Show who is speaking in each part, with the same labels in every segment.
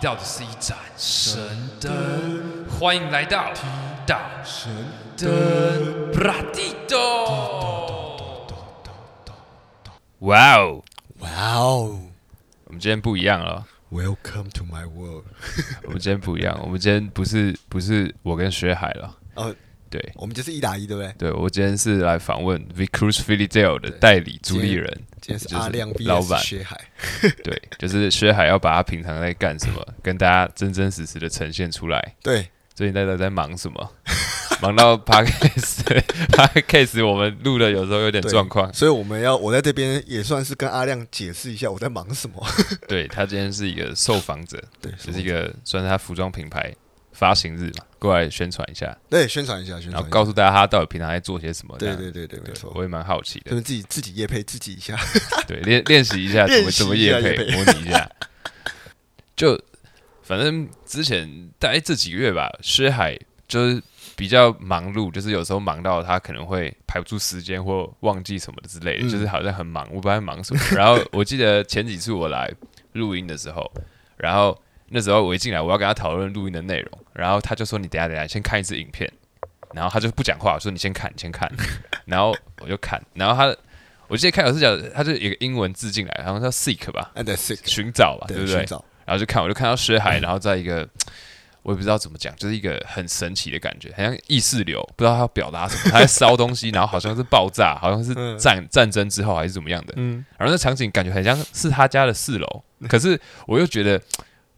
Speaker 1: 到的是一盏神灯，欢迎来到提到神灯布拉蒂多。哇哦，
Speaker 2: 哇哦
Speaker 1: 我们今天不一样了，
Speaker 2: ，Welcome to my world。
Speaker 1: 我们今天不一样，我们今天不是不是我跟薛海了，
Speaker 2: 哦，
Speaker 1: 对
Speaker 2: 我们就是一打一，对不对？
Speaker 1: 对，我今天是来访问 Vicruz Filidel 的代理主
Speaker 2: 今
Speaker 1: 理
Speaker 2: 天
Speaker 1: 人，
Speaker 2: 今天是
Speaker 1: 就是
Speaker 2: 阿亮 B
Speaker 1: 老板
Speaker 2: 薛海，
Speaker 1: 对，就是薛海要把他平常在干什么，跟大家真真实实的呈现出来。
Speaker 2: 对，
Speaker 1: 最近大家在忙什么？ 忙到 podcast，podcast 我们录的有时候有点
Speaker 2: 对
Speaker 1: 状况。
Speaker 2: 所以我们要我在这边也算是跟阿亮解释一下我在忙什么。
Speaker 1: 对他今天是一个受访者，
Speaker 2: 对，
Speaker 1: 就是一个算是他服装品牌发行日嘛，过来宣传一下，
Speaker 2: 对宣传一下，宣
Speaker 1: 然
Speaker 2: 传
Speaker 1: 后
Speaker 2: 一下。
Speaker 1: 告诉大家他到底平常在做些什么。
Speaker 2: 对
Speaker 1: 这样
Speaker 2: 对对对，没错
Speaker 1: 我。也蛮好奇
Speaker 2: 他
Speaker 1: 的。
Speaker 2: 们自己自己夜配自己一下，
Speaker 1: 对，练练习一下怎么
Speaker 2: 练习
Speaker 1: 怎么
Speaker 2: 一下
Speaker 1: 夜配
Speaker 2: 业，配
Speaker 1: 模拟一下。就反正之前大概这几个月吧，薛海就是比较忙碌，就是有时候忙到他可能会排不出时间或忘记什么之类的，
Speaker 2: 嗯
Speaker 1: 就是好像很忙，我不知道他忙什么。然后我记得前几次我来录音的时候，然后那时候我一进来，我要跟他讨论录音的内容，然后他就说：“你等一下等一下，先看一支影片。”然后他就不讲话，我说：“你先看，你先看。”然后我就看，然后他我记得看有视角，他就有一个英文字进来，好像叫 seek 吧，
Speaker 2: and sick，
Speaker 1: 寻找吧，
Speaker 2: 对
Speaker 1: 不
Speaker 2: 寻
Speaker 1: 对？
Speaker 2: 找，嗯
Speaker 1: 然后就看，我就看到薛海，然后在一个我也不知道怎么讲，就是一个很神奇的感觉，很像意识流，不知道他要表达什么， 他在烧东西，然后好像是爆炸，好像是
Speaker 2: 嗯
Speaker 1: 战战争之后还是怎么样的，
Speaker 2: 嗯，
Speaker 1: 然后那场景感觉很像是他家的四楼，可是我又觉得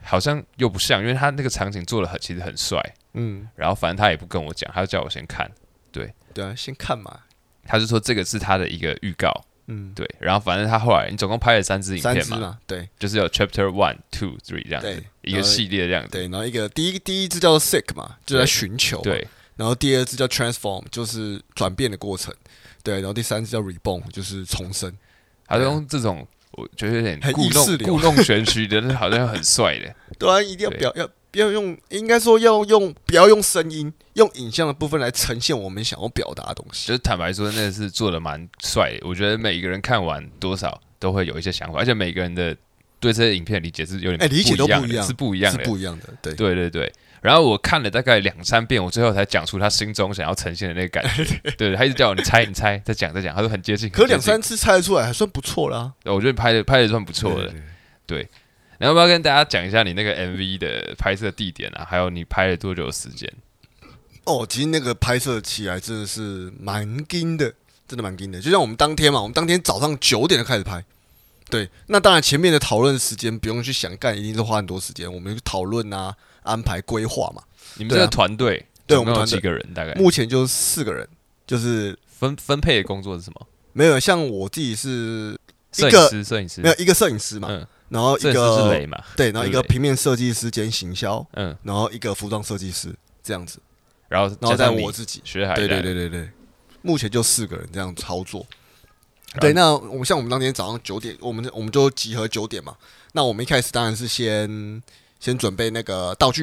Speaker 1: 好像又不像，因为他那个场景做的很其实很帅，
Speaker 2: 嗯，
Speaker 1: 然后反正他也不跟我讲，他就叫我先看，
Speaker 2: 对啊，先看嘛，
Speaker 1: 他就说这个是他的一个预告，
Speaker 2: 嗯，
Speaker 1: 对，然后反正他后来你总共拍了三支影
Speaker 2: 三
Speaker 1: 片
Speaker 2: 支
Speaker 1: 嘛，
Speaker 2: 嘛，对
Speaker 1: 就是有 Chapter One、Two、Three 这样子
Speaker 2: 对，
Speaker 1: 一个系列这样子，
Speaker 2: 对，然后一个第一第一支叫做 sick 嘛，就在寻求，
Speaker 1: 对。，
Speaker 2: 然后第二支叫 transform，就是转变的过程，对，然后第三支叫 reborn，就是重生，
Speaker 1: 他就用这种我觉得有点
Speaker 2: 啊很
Speaker 1: 故
Speaker 2: 意识
Speaker 1: 弄
Speaker 2: 流
Speaker 1: 故弄玄虚的，但是好像很帅的。
Speaker 2: 对啊，一定要
Speaker 1: 对
Speaker 2: 表要不要用，应该说要用不要用声音，用影像的部分来呈现我们想要表达的东西。
Speaker 1: 就是坦白说，那是做的蛮帅的。我觉得每一个人看完多少都会有一些想法，而且每个人的对这些影片的理解是有点
Speaker 2: 哎理解都
Speaker 1: 不一样
Speaker 2: 不一
Speaker 1: 的，
Speaker 2: 样
Speaker 1: 是不一样
Speaker 2: 是
Speaker 1: 的。
Speaker 2: 不一样的，对
Speaker 1: 对对对。然后我看了大概两三遍，我最后才讲出他心中想要呈现的那个感 觉。对，他一直叫我你猜，你猜，再讲，再讲，他说很接近。
Speaker 2: 可
Speaker 1: 很接
Speaker 2: 两
Speaker 1: 近
Speaker 2: 三次猜得出来还算不错啦，
Speaker 1: 我觉得拍的拍的算不错的。然后要不要跟大家讲一下你那个 MV 的拍摄地点啊？还有你拍了多久的时间？
Speaker 2: 哦，其实那个拍摄起来真的是蛮劲的，真的蛮劲的。就像我们当天嘛，我们当天早上九点就开始拍。对，那当然前面的讨论时间不用去想干，一定是花很多时间。我们去讨论啊、安排、规划嘛。
Speaker 1: 你们这个
Speaker 2: 对啊
Speaker 1: 团队，
Speaker 2: 对
Speaker 1: 总共有
Speaker 2: 我们团队
Speaker 1: 几个人？大概
Speaker 2: 目前就是四个人，就是
Speaker 1: 分分配的工作是什么？
Speaker 2: 没有像我自己是一
Speaker 1: 摄
Speaker 2: 个
Speaker 1: 影师，摄影师
Speaker 2: 没，有一个摄影师嘛，
Speaker 1: 嗯，
Speaker 2: 然后
Speaker 1: 摄
Speaker 2: 一
Speaker 1: 影师是
Speaker 2: 个
Speaker 1: 雷嘛，
Speaker 2: 对，然后一个
Speaker 1: 对
Speaker 2: 平面设计师兼行销，
Speaker 1: 嗯，
Speaker 2: 然后一个服装设计师这样子，
Speaker 1: 然后
Speaker 2: 然后
Speaker 1: 加
Speaker 2: 再
Speaker 1: 上你
Speaker 2: 我自己，
Speaker 1: 学海，
Speaker 2: 对对，对对对，目前就四个人这样操作。对，那我们像我们当天早上九点，我们我们就集合九点嘛。那我们一开始当然是先先准备那个道具，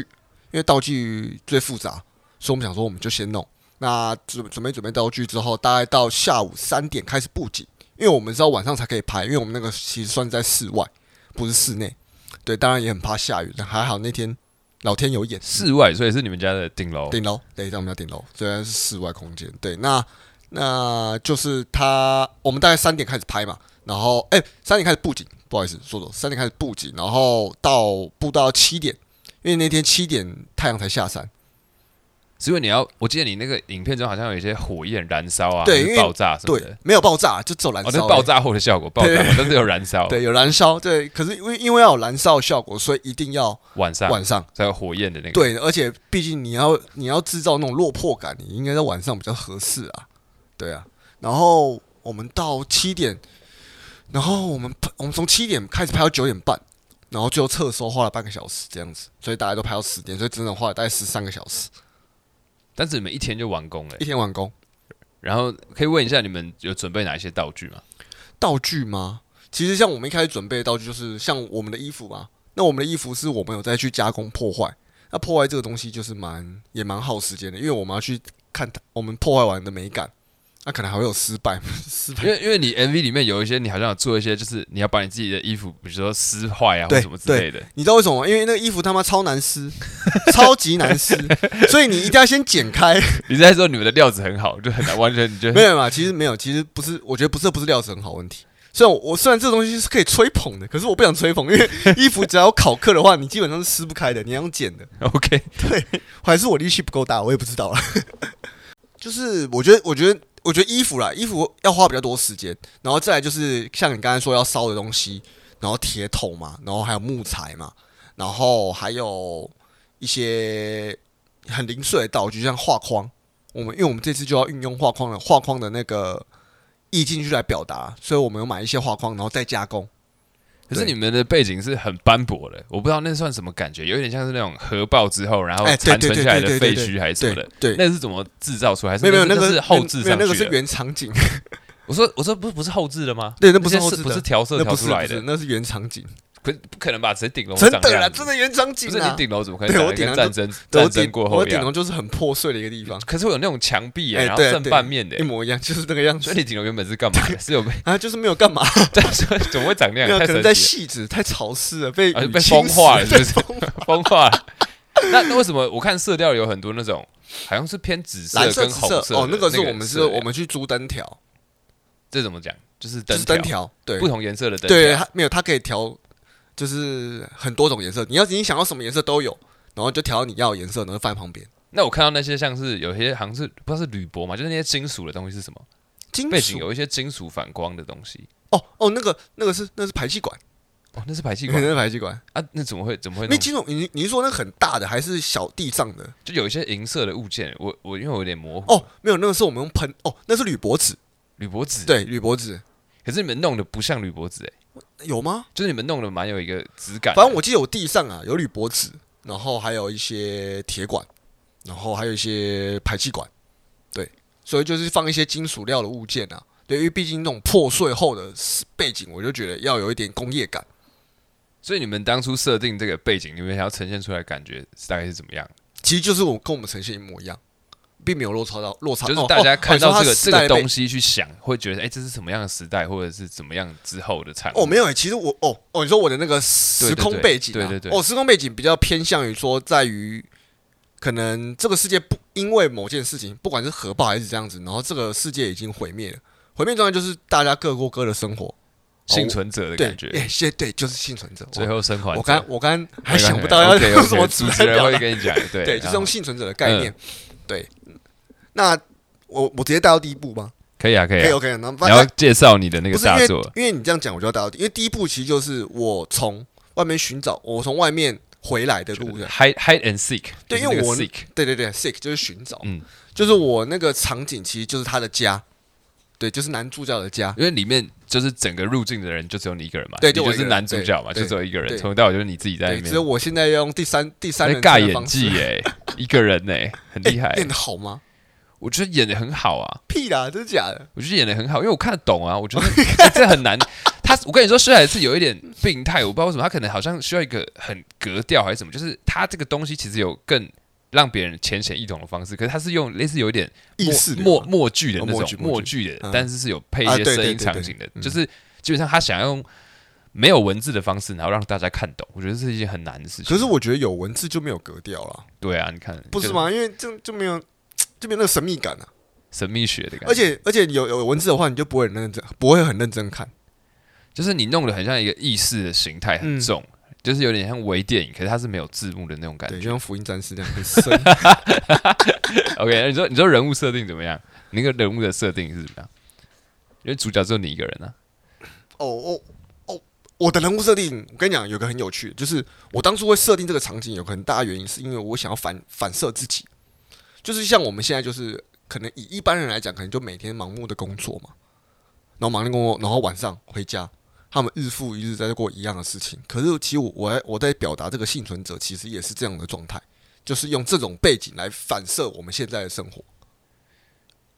Speaker 2: 因为道具最复杂，所以我们想说我们就先弄。那准准备准备道具之后，大概到下午三点开始布景，因为我们知道晚上才可以拍，因为我们那个其实算是在室外，不是室内。对，当然也很怕下雨，但还好那天老天有眼，
Speaker 1: 室外，所以是你们家的顶楼，
Speaker 2: 顶楼，对，在我们家顶楼，虽然是室外空间，对，那那就是他，我们大概三点开始拍嘛，然后哎，三、点开始布景，不好意思，说错，三点开始布景，然后到布到七点，因为那天七点太阳才下山，
Speaker 1: 是因为你要，我记得你那个影片中好像有一些火焰燃烧啊，还
Speaker 2: 对
Speaker 1: 是
Speaker 2: 因为
Speaker 1: 爆炸什么
Speaker 2: 对
Speaker 1: 的，，
Speaker 2: 没有爆炸，就只有燃
Speaker 1: 哦，
Speaker 2: 烧、
Speaker 1: 那爆，炸后的效果，爆炸后但是有燃烧，
Speaker 2: 对，有燃烧，对，可是因为因为要有燃烧的效果，所以一定要
Speaker 1: 晚上
Speaker 2: 晚上，
Speaker 1: 才有火焰的那个，，
Speaker 2: 对，而且毕竟你要你要制造那种落魄感，你应该在晚上比较合适啊。对啊，然后我们到七点，然后我们我们从七点开始拍到九点半，然后最后撤收花了半个小时这样子，所以大家都拍到十点，所以整整花了大概十三个小时，
Speaker 1: 但是你们一天就完工了
Speaker 2: 一。天完工。
Speaker 1: 然后可以问一下，你们有准备哪一些道具吗？
Speaker 2: 道具吗？其实像我们一开始准备的道具，就是像我们的衣服嘛。那我们的衣服是我们有再去加工破坏。那破坏这个东西就是蛮也蛮耗时间的，因为我们要去看它我们破坏完的美感，那可能还会有失败， 失败
Speaker 1: 因。为因为你 MV 里面有一些你好像有做一些，就是你要把你自己的衣服，比如说撕坏啊，或
Speaker 2: 对
Speaker 1: 什么之类的。
Speaker 2: 你知道为什么吗？因为那个衣服他妈超难撕， 超级难撕，所以你一定要先剪开。
Speaker 1: 你在说你们的料子很好，就很难，完全你就
Speaker 2: 没有嘛？其实没有，其实不是，我觉得不是不是料子很好问题。虽然我我虽然这东西是可以吹捧的，可是我不想吹捧，因为衣服只要有烤刻的话，你基本上是撕不开的，你要用剪的。
Speaker 1: OK。
Speaker 2: 还是我力气不够大，我也不知道了。 就是我觉得，我觉得，我觉得衣服啦，啊衣服要花比较多时间，然后再来就是像你刚才说要烧的东西，然后铁桶嘛，然后还有木材嘛，然后还有一些很零碎的道具，像画框。我们因为我们这次就要运用画框了，画框的那个意境去来表达，所以我们有买一些画框，然后再加工。
Speaker 1: 可是你
Speaker 2: 对
Speaker 1: 们的背景是很斑驳的，我不知道那算什么感觉，有点像是那种核爆之后，然后
Speaker 2: 哎对
Speaker 1: 残
Speaker 2: 对
Speaker 1: 存
Speaker 2: 对
Speaker 1: 哦下来的
Speaker 2: 对
Speaker 1: 废
Speaker 2: 对
Speaker 1: 墟还是什
Speaker 2: 对
Speaker 1: 么的。
Speaker 2: 对，
Speaker 1: 那是怎么制造出来？还是
Speaker 2: 没有没有，那
Speaker 1: 个
Speaker 2: 个
Speaker 1: 是后置啊哦
Speaker 2: 没有
Speaker 1: 上
Speaker 2: 那个
Speaker 1: 去
Speaker 2: 是
Speaker 1: 的。
Speaker 2: 原场景，
Speaker 1: 我说我说不是不是后置的吗？
Speaker 2: 对，那不是
Speaker 1: 那些
Speaker 2: 后置
Speaker 1: 不
Speaker 2: 的
Speaker 1: 是，调色
Speaker 2: 那
Speaker 1: 调
Speaker 2: 不是
Speaker 1: 出来
Speaker 2: 不是
Speaker 1: 的，
Speaker 2: 那是原场景。
Speaker 1: 不不可能吧？谁顶楼
Speaker 2: 真
Speaker 1: 长这
Speaker 2: 的啦，
Speaker 1: 样子
Speaker 2: 真的原长景
Speaker 1: 不是你
Speaker 2: 啊！
Speaker 1: 顶楼怎么可能
Speaker 2: 对
Speaker 1: 长
Speaker 2: 我
Speaker 1: 得
Speaker 2: 顶
Speaker 1: 跟
Speaker 2: 楼
Speaker 1: 战争
Speaker 2: 对我
Speaker 1: 战争
Speaker 2: 顶
Speaker 1: 过
Speaker 2: 我
Speaker 1: 后一
Speaker 2: 顶
Speaker 1: 样？
Speaker 2: 楼就是很破碎的一个地方，
Speaker 1: 可是会有那种墙壁耶，
Speaker 2: 哎
Speaker 1: 然后
Speaker 2: 对啊
Speaker 1: 正
Speaker 2: 对
Speaker 1: 半面的
Speaker 2: 一
Speaker 1: 耶，
Speaker 2: 模一样，就是那个样
Speaker 1: 所
Speaker 2: 子
Speaker 1: 以你顶楼原本是干嘛的？是有被
Speaker 2: 啊，就是没有干嘛，
Speaker 1: 对，所以怎么会长那
Speaker 2: 没有
Speaker 1: 样？太
Speaker 2: 可能
Speaker 1: 神
Speaker 2: 在
Speaker 1: 奇
Speaker 2: 戏子太潮湿了，被
Speaker 1: 啊
Speaker 2: 雨
Speaker 1: 被
Speaker 2: 侵
Speaker 1: 风化
Speaker 2: 蚀
Speaker 1: 了是不是
Speaker 2: 对风化
Speaker 1: 了， 风化了。那那为什么我看色调有很多那种，好像是偏紫色
Speaker 2: 蓝色、
Speaker 1: 跟
Speaker 2: 紫
Speaker 1: 红
Speaker 2: 色
Speaker 1: 的
Speaker 2: 哦，那个是我们
Speaker 1: 色调
Speaker 2: 是我们去租灯条，
Speaker 1: 这怎么讲？就是
Speaker 2: 就
Speaker 1: 灯
Speaker 2: 是灯
Speaker 1: 条，
Speaker 2: 条，对
Speaker 1: 不同颜色的灯
Speaker 2: 对，
Speaker 1: 条。
Speaker 2: 它没有，它可以调，就是很多种颜色，你要你想要什么颜色都有，然后就调你要的颜色，然后放在旁边。
Speaker 1: 那我看到那些像是有些好像是不知道是铝箔嘛，就是那些金属的东西是什么？
Speaker 2: 金
Speaker 1: 背景
Speaker 2: 属
Speaker 1: 有一些金属反光的东西。
Speaker 2: 哦哦，那个那个是那是排气管，
Speaker 1: 哦，那是 排气
Speaker 2: 那
Speaker 1: 管
Speaker 2: 是排气管。
Speaker 1: 啊？那怎么会怎么会
Speaker 2: 那
Speaker 1: 弄？
Speaker 2: 金属，你你是说那很大的还是小地上的？
Speaker 1: 就有一些银色的物件，我我因为我有点模糊。
Speaker 2: 哦，没有，那个是我们用喷哦，那是铝箔纸，
Speaker 1: 铝箔纸，
Speaker 2: 对，铝箔纸
Speaker 1: 可是你们弄的不像铝箔纸，哎，
Speaker 2: 有吗？
Speaker 1: 就是你们弄的蛮有一个质感的。
Speaker 2: 反正我记得我地上啊有铝箔纸，然后还有一些铁管，然后还有一些排气管，对，所以就是放一些金属料的物件啊，对，因为毕竟那种破碎后的背景，我就觉得要有一点工业感。
Speaker 1: 所以你们当初设定这个背景，你们想要呈现出来的感觉大概是怎么样？
Speaker 2: 其实就是我跟我们呈现一模一样，并没有落差到落差，
Speaker 1: 就是
Speaker 2: 哦
Speaker 1: 大家看
Speaker 2: 哦
Speaker 1: 到
Speaker 2: 哦
Speaker 1: 这
Speaker 2: 你
Speaker 1: 个
Speaker 2: 说
Speaker 1: 这
Speaker 2: 它时代
Speaker 1: 个
Speaker 2: 的背
Speaker 1: 东西去想，会觉得哎、诶这是什么样的时代，或者是怎么样之后的产物？
Speaker 2: 哦，没有、欸，其实我哦哦，你说我的那个时空背景、啊，
Speaker 1: 对对对对
Speaker 2: 哦，时空背景比较偏向于说，在于可能这个世界不因为某件事情，不管是核爆还是这样子，然后这个世界已经毁灭了，毁灭状态就是大家各过各的生活，
Speaker 1: 幸存者的
Speaker 2: 对
Speaker 1: 感觉，
Speaker 2: 哎、现对，就是幸存者。
Speaker 1: 最
Speaker 2: 我
Speaker 1: 后生还者。
Speaker 2: 我刚我刚还想不到要
Speaker 1: OK，OK，
Speaker 2: 用什么词
Speaker 1: 主
Speaker 2: 来
Speaker 1: 持人
Speaker 2: 表
Speaker 1: 会
Speaker 2: 达，
Speaker 1: 跟你讲，对啊嗯
Speaker 2: 对，就是
Speaker 1: 然后
Speaker 2: 用幸存者的概念，对。那我我直接带到第一步吗？
Speaker 1: 可以啊，可
Speaker 2: 可以
Speaker 1: 以、啊。
Speaker 2: OK，然后
Speaker 1: 你要介绍你的那
Speaker 2: 不
Speaker 1: 个
Speaker 2: 是因
Speaker 1: 大
Speaker 2: 为
Speaker 1: 作，
Speaker 2: 因为你这样讲，我就要打到底。因为第一步其实就是我从外面寻找，我从外面回来的路上。
Speaker 1: ，Hide Hide and Seek，
Speaker 2: 对
Speaker 1: 就是那个
Speaker 2: 因为我
Speaker 1: Seek
Speaker 2: 对对对，sick 就是寻找，
Speaker 1: 嗯
Speaker 2: 就是我那个场景其实就是他的家，对，就是男主角的家。
Speaker 1: 因为里面就是整个入境的人就只有你一个人嘛，
Speaker 2: 对
Speaker 1: 你
Speaker 2: 就
Speaker 1: 就
Speaker 2: 我一个
Speaker 1: 是
Speaker 2: 人
Speaker 1: 男主角嘛，
Speaker 2: 对
Speaker 1: 就只有一个人，
Speaker 2: 对
Speaker 1: 从头到尾就是你自己在
Speaker 2: 对，
Speaker 1: 里
Speaker 2: 只有
Speaker 1: 面
Speaker 2: 我现在要用第三第三
Speaker 1: 在
Speaker 2: 人
Speaker 1: 尬
Speaker 2: 称的
Speaker 1: 演
Speaker 2: 方
Speaker 1: 技
Speaker 2: 式，
Speaker 1: 耶、一个人呢、很厉 害、
Speaker 2: 哎练的好吗？
Speaker 1: 我觉得演的很好啊，
Speaker 2: 屁啦，真的假的？
Speaker 1: 我觉得演的很好，因为我看得懂啊。我觉得 这这很难。他，我跟你说，薛海是有一点病态，我不知道为什么，他可能好像需要一个很格调还是什么，就是他这个东西其实有更让别人浅显易懂的方式，可是他是用类似有一点
Speaker 2: 意识流
Speaker 1: 默
Speaker 2: 吗
Speaker 1: 默剧的
Speaker 2: 哦
Speaker 1: 那
Speaker 2: 默
Speaker 1: 种
Speaker 2: 剧
Speaker 1: 默
Speaker 2: 默
Speaker 1: 剧的
Speaker 2: 嗯，
Speaker 1: 但是是有配一
Speaker 2: 啊
Speaker 1: 些
Speaker 2: 对
Speaker 1: 声
Speaker 2: 对
Speaker 1: 音
Speaker 2: 对嗯
Speaker 1: 场
Speaker 2: 对
Speaker 1: 景的，就是基本上他想要用没有文字的方式，然后让大家看懂，我觉得是一件很难的事情。
Speaker 2: 可是我觉得有文字就没有格调了，
Speaker 1: 对啊，你看
Speaker 2: 不是
Speaker 1: 就
Speaker 2: 吗？因为就就没有就没有那个神秘感啊。
Speaker 1: 神秘学的感觉，
Speaker 2: 而且而且有有文字的话，你就不会很认真，不会很认真看。
Speaker 1: 就是你弄得很像一个意识的形态很
Speaker 2: 嗯
Speaker 1: 重，就是有点像微电影，可是它是没有字幕的那种感
Speaker 2: 对，
Speaker 1: 觉。
Speaker 2: 就像福音战士这样很 深
Speaker 1: OK，那你说你说人物设定怎么样？你那个人物的设定是怎么样？因为主角只有你一个人啊，
Speaker 2: 哦哦哦，我的人物设定，我跟你讲，有个很有趣的，就是我当初会设定这个场景，有个很大的原因是因为我想要反反射自己，就是像我们现在就是可能以一般人来讲，可能就每天盲目的工作嘛，然后忙碌工作，然后晚上回家。他们日复一日在过一样的事情，可是其实我我在我在表达这个幸存者其实也是这样的状态，就是用这种背景来反射我们现在的生活。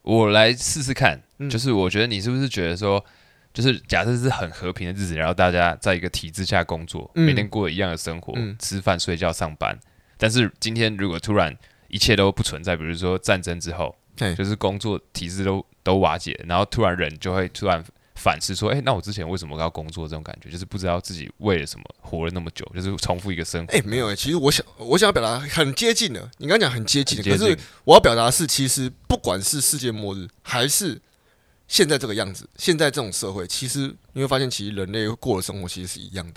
Speaker 1: 我来试试看。
Speaker 2: 嗯
Speaker 1: 就是我觉得你是不是觉得说，就是假设是很和平的日子，然后大家在一个体制下工作，
Speaker 2: 嗯
Speaker 1: 每天过一样的生活，
Speaker 2: 嗯
Speaker 1: 吃饭、睡觉、上班。但是今天如果突然一切都不存在，比如说战争之后，
Speaker 2: 对
Speaker 1: 就是工作体制都都瓦解，然后突然人就会突然反思说，哎、那我之前为什么要工作？这种感觉就是不知道自己为了什么活了那么久，就是重复一个生活。
Speaker 2: 哎、没有哎、其实我想我想要表达很接近的，你刚刚讲很接近的，
Speaker 1: 很接
Speaker 2: 可是
Speaker 1: 近
Speaker 2: 我要表达的是，其实不管是世界末日还是现在这个样子，现在这种社会，其实你会发现，其实人类过的生活其实是一样的。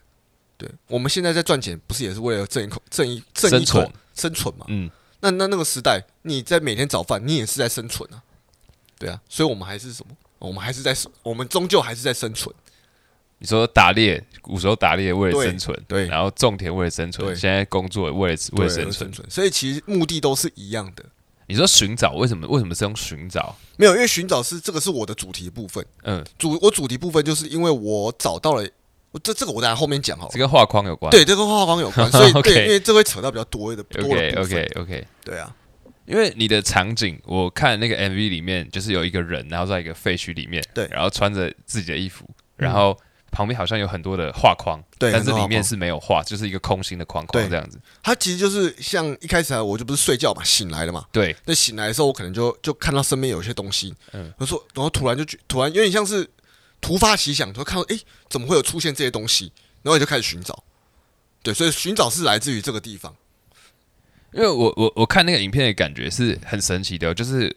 Speaker 2: 对，我们现在在赚钱，不是也是为了挣一口挣一挣一
Speaker 1: 生
Speaker 2: 口
Speaker 1: 存
Speaker 2: 生存嘛？
Speaker 1: 嗯，
Speaker 2: 那那那个时代，你在每天早饭，你也是在生存啊。对啊，所以我们还是什么？我们还是在，我们终究还是在生存。
Speaker 1: 你说打猎，古时候打猎为了
Speaker 2: 对
Speaker 1: 生存，
Speaker 2: 对
Speaker 1: 然后种田为了生存，
Speaker 2: 对
Speaker 1: 现在工作为了为了生存。
Speaker 2: 存，所以其实目的都是一样的。
Speaker 1: 你说寻找为什么为什么是用寻找？
Speaker 2: 没有，因为寻找是这个是我的主题部分。
Speaker 1: 嗯，
Speaker 2: 主我主题部分就是因为我找到了，我这这个我等下后面讲好了
Speaker 1: 这。跟画框有关。
Speaker 2: 对，这跟画框 有关，所以
Speaker 1: OK
Speaker 2: 对，因为这会扯到比较多的多的
Speaker 1: ，OK
Speaker 2: 部分。
Speaker 1: OK OK，
Speaker 2: 对啊，
Speaker 1: 因为你的场景，我看那个 MV 里面，就是有一个人，然后在一个废墟里面，
Speaker 2: 对嗯
Speaker 1: 然后穿着自己的衣服，然后旁边好像有很多的画框，
Speaker 2: 对
Speaker 1: 但是
Speaker 2: 很多画
Speaker 1: 里面
Speaker 2: 框
Speaker 1: 是没有画，就是一个空心的框框
Speaker 2: 对
Speaker 1: 这样子。
Speaker 2: 它其实就是像一开始啊，我就不是睡觉嘛，醒来了嘛。
Speaker 1: 对，
Speaker 2: 那醒来的时候，我可能就就看到身边有一些东西，
Speaker 1: 嗯
Speaker 2: 我说，然后突然就觉突然有点像是突发奇想，就看到哎，诶怎么会有出现这些东西？然后你就开始寻找。对，所以寻找是来自于这个地方。
Speaker 1: 因为我我我看那个影片的感觉是很神奇的哦，就是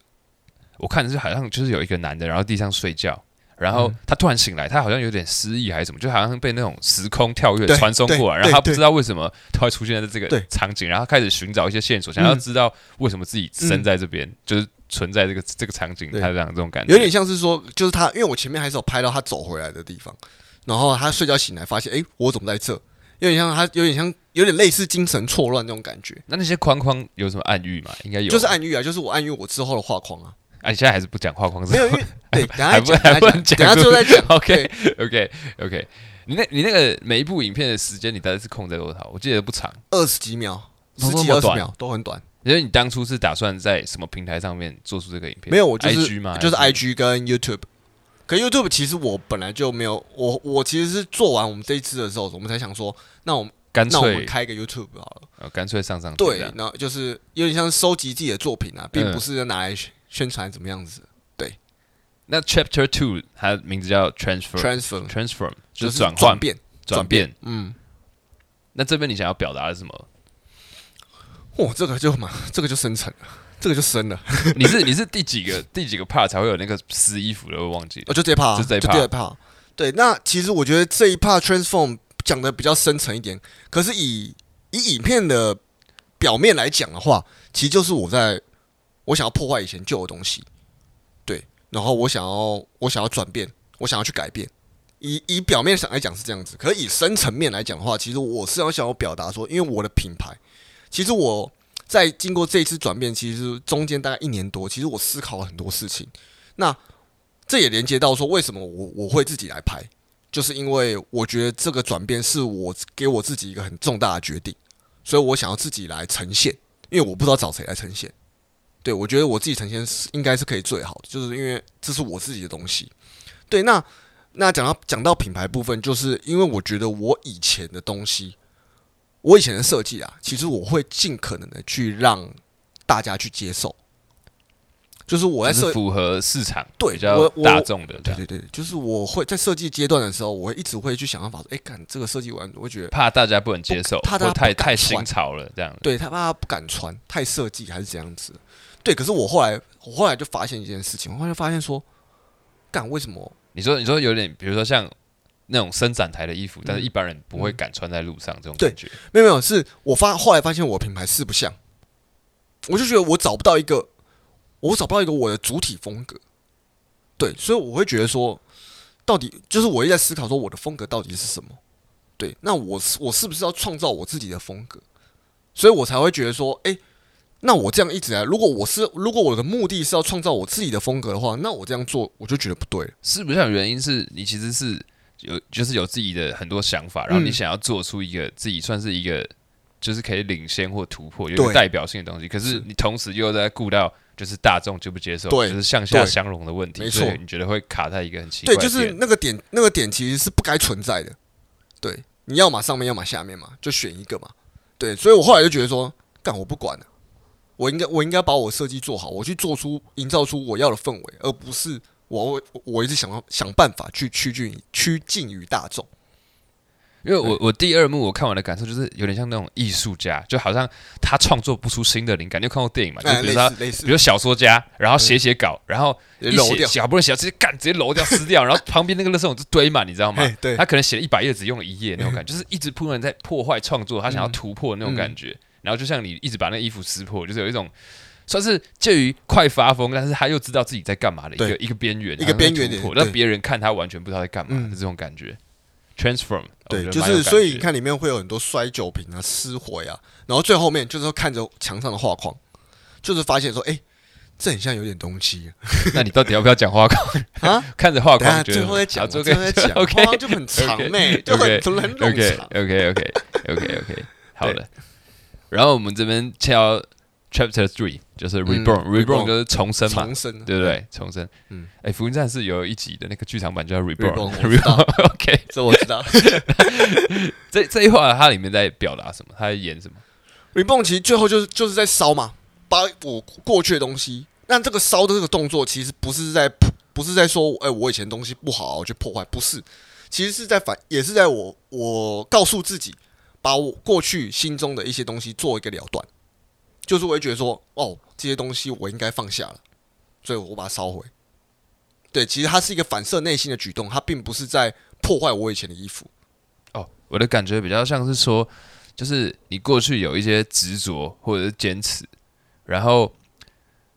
Speaker 1: 我看是好像就是有一个男的，然后地上睡觉。然
Speaker 2: 嗯
Speaker 1: 后他突然醒来，他好像有点失忆还是什么，就好像被那种时空跳跃
Speaker 2: 对
Speaker 1: 传送过来，
Speaker 2: 对
Speaker 1: 然后他不
Speaker 2: 对
Speaker 1: 知道为什么他会出现在这个
Speaker 2: 对
Speaker 1: 场景，然后他开始寻找一些线索，想要
Speaker 2: 嗯
Speaker 1: 知道为什么自己身在这边，就是存在这个这个场景，
Speaker 2: 对
Speaker 1: 他这样这种感觉，
Speaker 2: 有点像是说，就是他，因为我前面还是有拍到他走回来的地方，然后他睡觉醒来发现，诶，我怎么在这？有点像他，有点像，有点类似精神错乱那种感觉，
Speaker 1: 那那些框框有什么暗喻吗？应该有，
Speaker 2: 就是暗喻啊，就是我暗喻我之后的 画框啊，
Speaker 1: 啊，你现在还是不讲画框是
Speaker 2: 没
Speaker 1: 吧
Speaker 2: 有，因为 对，等一下
Speaker 1: 还不
Speaker 2: 再讲，
Speaker 1: 还
Speaker 2: 等一下
Speaker 1: 不能讲
Speaker 2: 讲，等一下最后再讲
Speaker 1: OK
Speaker 2: 对
Speaker 1: OK OK，你那你那个每一部影片的时间你大概是控在多少？我记得不长，
Speaker 2: 二十几 秒，
Speaker 1: 怎
Speaker 2: 十
Speaker 1: 么这
Speaker 2: 几
Speaker 1: 么
Speaker 2: 二十
Speaker 1: 短
Speaker 2: 秒都很短，
Speaker 1: 因为你当初是打算在什么平台上面做出这个影片？
Speaker 2: 没有，我就是
Speaker 1: IG 吗？
Speaker 2: 就是
Speaker 1: 还
Speaker 2: IG 跟 YouTube。可 YouTube 其实我本来就没有，我我其实是做完我们这一次的时候，我们才想说，那我们
Speaker 1: 干
Speaker 2: 那我们
Speaker 1: 脆
Speaker 2: 开一个 YouTube 好了。
Speaker 1: 呃干脆上上去
Speaker 2: 对
Speaker 1: 这样，
Speaker 2: 然后就是有点像收集自己的作品啊，并
Speaker 1: 嗯
Speaker 2: 不是拿来宣宣传怎么样子。
Speaker 1: 那 Chapter Two 它名字叫 Transfer
Speaker 2: transfer
Speaker 1: Transform，
Speaker 2: 就是是
Speaker 1: 转换
Speaker 2: 转变，
Speaker 1: 转变。
Speaker 2: 嗯，
Speaker 1: 那这边你想要表达的是什么？
Speaker 2: 哦，这个就蛮，这个就深层了，这个就深了。
Speaker 1: 你是你是第几个第几个 part 才会有那个撕衣服的？我忘记了。
Speaker 2: 哦我就这一趴，
Speaker 1: 就这一
Speaker 2: 就
Speaker 1: part
Speaker 2: 这一趴。对，那其实我觉得这一趴 transform 讲的比较深层一点，可是以以影片的表面来讲的话，其实就是我在我想要破坏以前旧的东西，对，然后我想要我想要转变，我想要去改变。以以表面上来讲是这样子，可是以深层面来讲的话，其实我是要想要表达说，因为我的品牌，其实我在经过这一次转变，其实中间大概一年多，其实我思考了很多事情。那这也连接到说，为什么我我会自己来拍，就是因为我觉得这个转变是我给我自己一个很重大的决定，所以我想要自己来呈现，因为我不知道找谁来呈现。对，我觉得我自己呈现是应该是可以最好的，就是因为这是我自己的东西。对，那那讲到讲到品牌部分，就是因为我觉得我以前的东西，我以前的设计啊，其实我会尽可能的去让大家去接受，就是我在
Speaker 1: 就
Speaker 2: 设
Speaker 1: 是符合市场
Speaker 2: 对
Speaker 1: 比较
Speaker 2: 我我
Speaker 1: 大众的这
Speaker 2: 对啊
Speaker 1: 样，
Speaker 2: 对对，就是我会在设计阶段的时候，我会一直会去想办法说，哎，看这个设计完，我会觉得
Speaker 1: 怕大家不能接受，
Speaker 2: 怕大家
Speaker 1: 或太
Speaker 2: 不敢
Speaker 1: 太
Speaker 2: 穿
Speaker 1: 新潮了这样。
Speaker 2: 对他怕他不敢穿，太设计还是怎样子。对，可是我后来我后来就发现一件事情，我后来就发现说，干为什么？
Speaker 1: 你说你说有点，比如说像那种伸展台的衣
Speaker 2: 嗯
Speaker 1: 服，但是一般人不会敢穿在路上这种感觉。
Speaker 2: 没有没有，是我发后来发现我品牌四不像，我就觉得我找不到一个，我找不到一个我的主体风格。对，所以我会觉得说，到底就是我一直在思考说我的风格到底是什么。对，那我是我是不是要创造我自己的风格？所以我才会觉得说，哎、那我这样一直来，如果我是如果我的目的是要创造我自己的风格的话，那我这样做我就觉得不对了。
Speaker 1: 是不是像原因是你其实是有就是有自己的很多想法，然后
Speaker 2: 嗯
Speaker 1: 你想要做出一个自己算是一个就是可以领先或突破有一个
Speaker 2: 对
Speaker 1: 代表性的东西，可是
Speaker 2: 是
Speaker 1: 你同时又在顾到就是大众接不接受，
Speaker 2: 对
Speaker 1: 就是向下
Speaker 2: 对
Speaker 1: 相容的问题，
Speaker 2: 没
Speaker 1: 所以
Speaker 2: 错
Speaker 1: 你觉得会卡在一个很奇怪
Speaker 2: 对，
Speaker 1: 的
Speaker 2: 就
Speaker 1: 点，
Speaker 2: 是那个点，那个点其实是不该存在的。对，你要么上面，要么下面嘛，就选一个嘛。对，所以我后来就觉得说，干我不管了，我应该我应该把我设计做好，我去做出营造出我要的氛围，而不是我我一直想要想办法去趋近于趋近于大众。
Speaker 1: 因为我我第二幕我看完的感受就是有点像那种艺术家，就好像他创作不出新的灵感。你有看过电影嘛？啊就
Speaker 2: 哎，
Speaker 1: 比
Speaker 2: 类
Speaker 1: 如说
Speaker 2: 似
Speaker 1: 他，
Speaker 2: 类
Speaker 1: 比
Speaker 2: 似，
Speaker 1: 如写小说家，然后
Speaker 2: 嗯
Speaker 1: 写写稿，然后一
Speaker 2: 揉
Speaker 1: 写
Speaker 2: 掉，
Speaker 1: 写好不容易写到，直接干直接揉掉撕掉，然后旁边那个垃圾桶就堆满，你知道吗
Speaker 2: 哎？对
Speaker 1: 他可能写了一百页只用了一页那种 感觉，就是一直不断在破坏创作，他想
Speaker 2: 嗯
Speaker 1: 要突破那种感觉。然后就像你一直把那个衣服撕破，就是有一种算是介于快发疯，但是他又知道自己在干嘛的一个一个边缘，
Speaker 2: 一个
Speaker 1: 然后在
Speaker 2: 边缘
Speaker 1: 突
Speaker 2: 点
Speaker 1: 破
Speaker 2: 对
Speaker 1: 让别人看他完全不知道在干嘛
Speaker 2: 嗯
Speaker 1: 的这种感觉。Transform，我
Speaker 2: 对，
Speaker 1: 觉得
Speaker 2: 就
Speaker 1: 蛮有
Speaker 2: 是
Speaker 1: 感
Speaker 2: 所以
Speaker 1: 觉
Speaker 2: 你看里面会有很多摔酒瓶啊、撕毁啊，然后最后面就是看着墙上的画框，就是发现说，哎、这很像有点东西
Speaker 1: 那你到底要不要讲画框？
Speaker 2: 啊。
Speaker 1: 看着画
Speaker 2: 等一下
Speaker 1: 框觉得
Speaker 2: 最后再讲，
Speaker 1: 好最
Speaker 2: 最
Speaker 1: 后
Speaker 2: 后再讲，
Speaker 1: OK
Speaker 2: 画框就很长
Speaker 1: OK，
Speaker 2: 哎、就很
Speaker 1: OK，
Speaker 2: 怎么很冗
Speaker 1: OK
Speaker 2: 长。
Speaker 1: OK OK OK OK，好的。然后我们这边切到 Chapter Three，就是
Speaker 2: 嗯
Speaker 1: Reborn，Reborn
Speaker 2: Reborn
Speaker 1: 就是重生嘛
Speaker 2: 重，生啊，
Speaker 1: 对不对？重生。嗯
Speaker 2: 嗯，
Speaker 1: 哎，福音战士有一集的那个剧场版就叫
Speaker 2: Reborn，
Speaker 1: Reborn。
Speaker 2: 我 知道
Speaker 1: OK，
Speaker 2: 这我知道。
Speaker 1: 这这一话它里面在表达什么？它在演什么？
Speaker 2: Reborn 其实最后就是就是在烧嘛，把我过去的东西。那这个烧的这个动作，其实不是在不是在说，哎、我以前东西不好、我去破坏，不是，其实是在反，也是在我我告诉自己，把我过去心中的一些东西做一个了断，就是我会觉得说，哦，这些东西我应该放下了，所以我把它烧毁。对，其实它是一个反射内心的举动，它并不是在破坏我以前的衣服。
Speaker 1: 哦，我的感觉比较像是说，就是你过去有一些执着或者是坚持，然后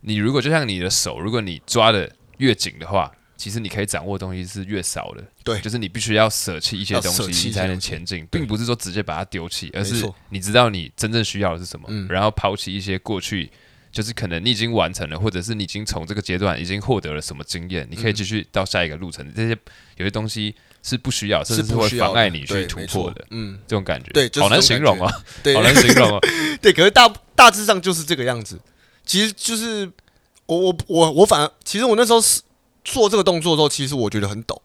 Speaker 1: 你如果就像你的手，如果你抓的越紧的话，其实你可以掌握的东西是越少的。
Speaker 2: 对
Speaker 1: 就是你必须要舍弃一些
Speaker 2: 要
Speaker 1: 东
Speaker 2: 舍弃
Speaker 1: 西，
Speaker 2: 一
Speaker 1: 你
Speaker 2: 些
Speaker 1: 才能
Speaker 2: 东西
Speaker 1: 前进，并不是说直接把它丢弃，而
Speaker 2: 没
Speaker 1: 是
Speaker 2: 错
Speaker 1: 你知道你真正需要的是什么，
Speaker 2: 嗯
Speaker 1: 然后抛弃一些过去。就是可能你已经完成了，或者是你已经从这个阶段已经获得了什么经验，你
Speaker 2: 嗯
Speaker 1: 可以继续到下一个路程。这些有些东西是不需要，甚至是
Speaker 2: 不
Speaker 1: 会
Speaker 2: 需要
Speaker 1: 妨
Speaker 2: 的
Speaker 1: 碍你
Speaker 2: 对
Speaker 1: 去突
Speaker 2: 没
Speaker 1: 破
Speaker 2: 错
Speaker 1: 的。
Speaker 2: 嗯，
Speaker 1: 这种感觉，
Speaker 2: 对就是
Speaker 1: 好难
Speaker 2: 这
Speaker 1: 形
Speaker 2: 种感
Speaker 1: 容啊，
Speaker 2: 对，
Speaker 1: 好难形 容啊。
Speaker 2: 对，可是大大致上就是这个样子。其实就是我我我我反而，其实我那时候是做这个动作的时候，其实我觉得很抖，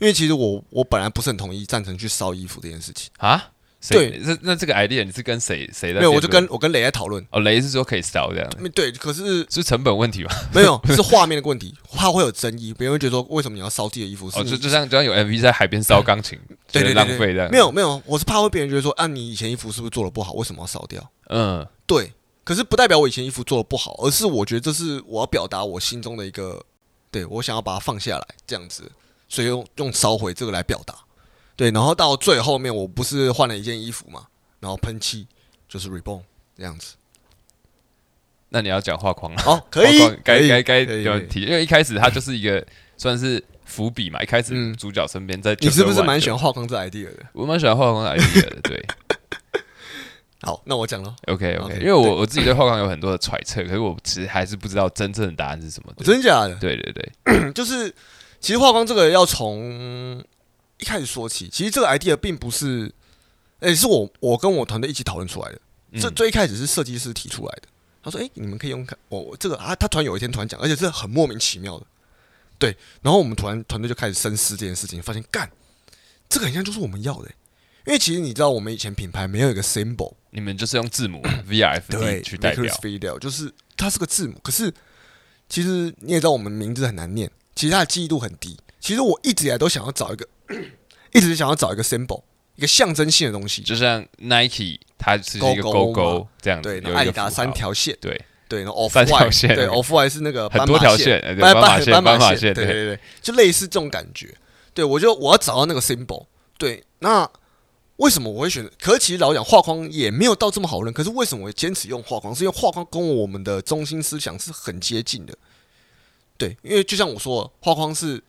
Speaker 2: 因为其实我我本来不是很同意赞成去烧衣服这件事情。
Speaker 1: 啊，
Speaker 2: 对
Speaker 1: 谁？那那这个 idea 你是跟谁谁的？
Speaker 2: 没有，我就跟我跟雷在讨论。
Speaker 1: 哦雷是说可以烧这样，
Speaker 2: 对，可是
Speaker 1: 是成本问题吧？
Speaker 2: 没有是画面的问题，怕会有争议，别人会觉得说为什么你要烧自己的衣服？是
Speaker 1: 哦，
Speaker 2: 你
Speaker 1: 就就像就像有 MV 在海边烧钢琴，
Speaker 2: 对
Speaker 1: 觉得
Speaker 2: 对对
Speaker 1: 浪
Speaker 2: 对
Speaker 1: 费这样。
Speaker 2: 没，有没有，我是怕会别人觉得说啊，你以前衣服是不是做的不好？为什么要烧掉？
Speaker 1: 嗯，
Speaker 2: 对，可是不代表我以前衣服做的不好，而是我觉得这是我要表达我心中的一个，对我想要把它放下来这样子，所以用用烧毁这个来表达。对，然后到最后面，我不是换了一件衣服嘛，然后喷漆就是 reborn 这样子。
Speaker 1: 那你要讲画框了，
Speaker 2: 哦，可以
Speaker 1: 画框，该
Speaker 2: 可以
Speaker 1: 该该
Speaker 2: 可以
Speaker 1: 有
Speaker 2: 可以
Speaker 1: 提，因为一开始它就是一个算是伏笔嘛，一开始
Speaker 2: 嗯
Speaker 1: 主角身边在
Speaker 2: 你是不是蛮喜
Speaker 1: 欢？
Speaker 2: 欢画框这 idea 的？
Speaker 1: 我蛮喜欢画框的 idea 的，对。
Speaker 2: 好，那我讲了，
Speaker 1: OK OK，
Speaker 2: OK，
Speaker 1: 因为
Speaker 2: 对
Speaker 1: 我我自己对画框有很多的揣测，可是我其实还是不知道真正的答案是什么。对
Speaker 2: 真的假的？
Speaker 1: 对对对，
Speaker 2: 就是其实画框这个要从一开始说起。其实这个 idea 并不是，诶、是我我跟我团队一起讨论出来的。
Speaker 1: 嗯
Speaker 2: 这最一开始是设计师提出来的。他说：“诶，你们可以用看我我这个啊，他突然有一天突然讲，而且是很莫名其妙的。对，然后我们突然团队就开始深思这件事情，发现干这个很像就是我们要的、欸因为其实你知道，我们以前品牌没有一个 symbol，
Speaker 1: 你们就是用字母 VRFD 去代表
Speaker 2: m a k e r video，就是它是个字母，可是其实你也知道我们名字很难念，其实它的记忆度很低。其实我一直以来都想要找一个， 一直想要找一个 symbol，一个象征性的东西。
Speaker 1: 就像 Nike，它是一个勾
Speaker 2: 勾勾
Speaker 1: 勾
Speaker 2: 嘛
Speaker 1: 这样子，
Speaker 2: 对，
Speaker 1: 有一
Speaker 2: 然后
Speaker 1: 个
Speaker 2: 艾迪达
Speaker 1: 符号
Speaker 2: 三，条线，
Speaker 1: 对，
Speaker 2: 对，然后 off
Speaker 1: 三条
Speaker 2: white，
Speaker 1: 线
Speaker 2: 对，off white 是那个
Speaker 1: 很
Speaker 2: 斑
Speaker 1: 多条
Speaker 2: 马
Speaker 1: 线，哎对
Speaker 2: 斑
Speaker 1: 马线，
Speaker 2: 斑
Speaker 1: 斑
Speaker 2: 马
Speaker 1: 线，
Speaker 2: 对对，对，就类似这种感觉。对我就我要找到那个 symbol。对，那为什么我会选择？可是其实老实讲画框也没有到这么好认，可是为什么我坚持用画框？是因为画框跟我们的中心思想是很接近的。对，因为就像我说的，画框是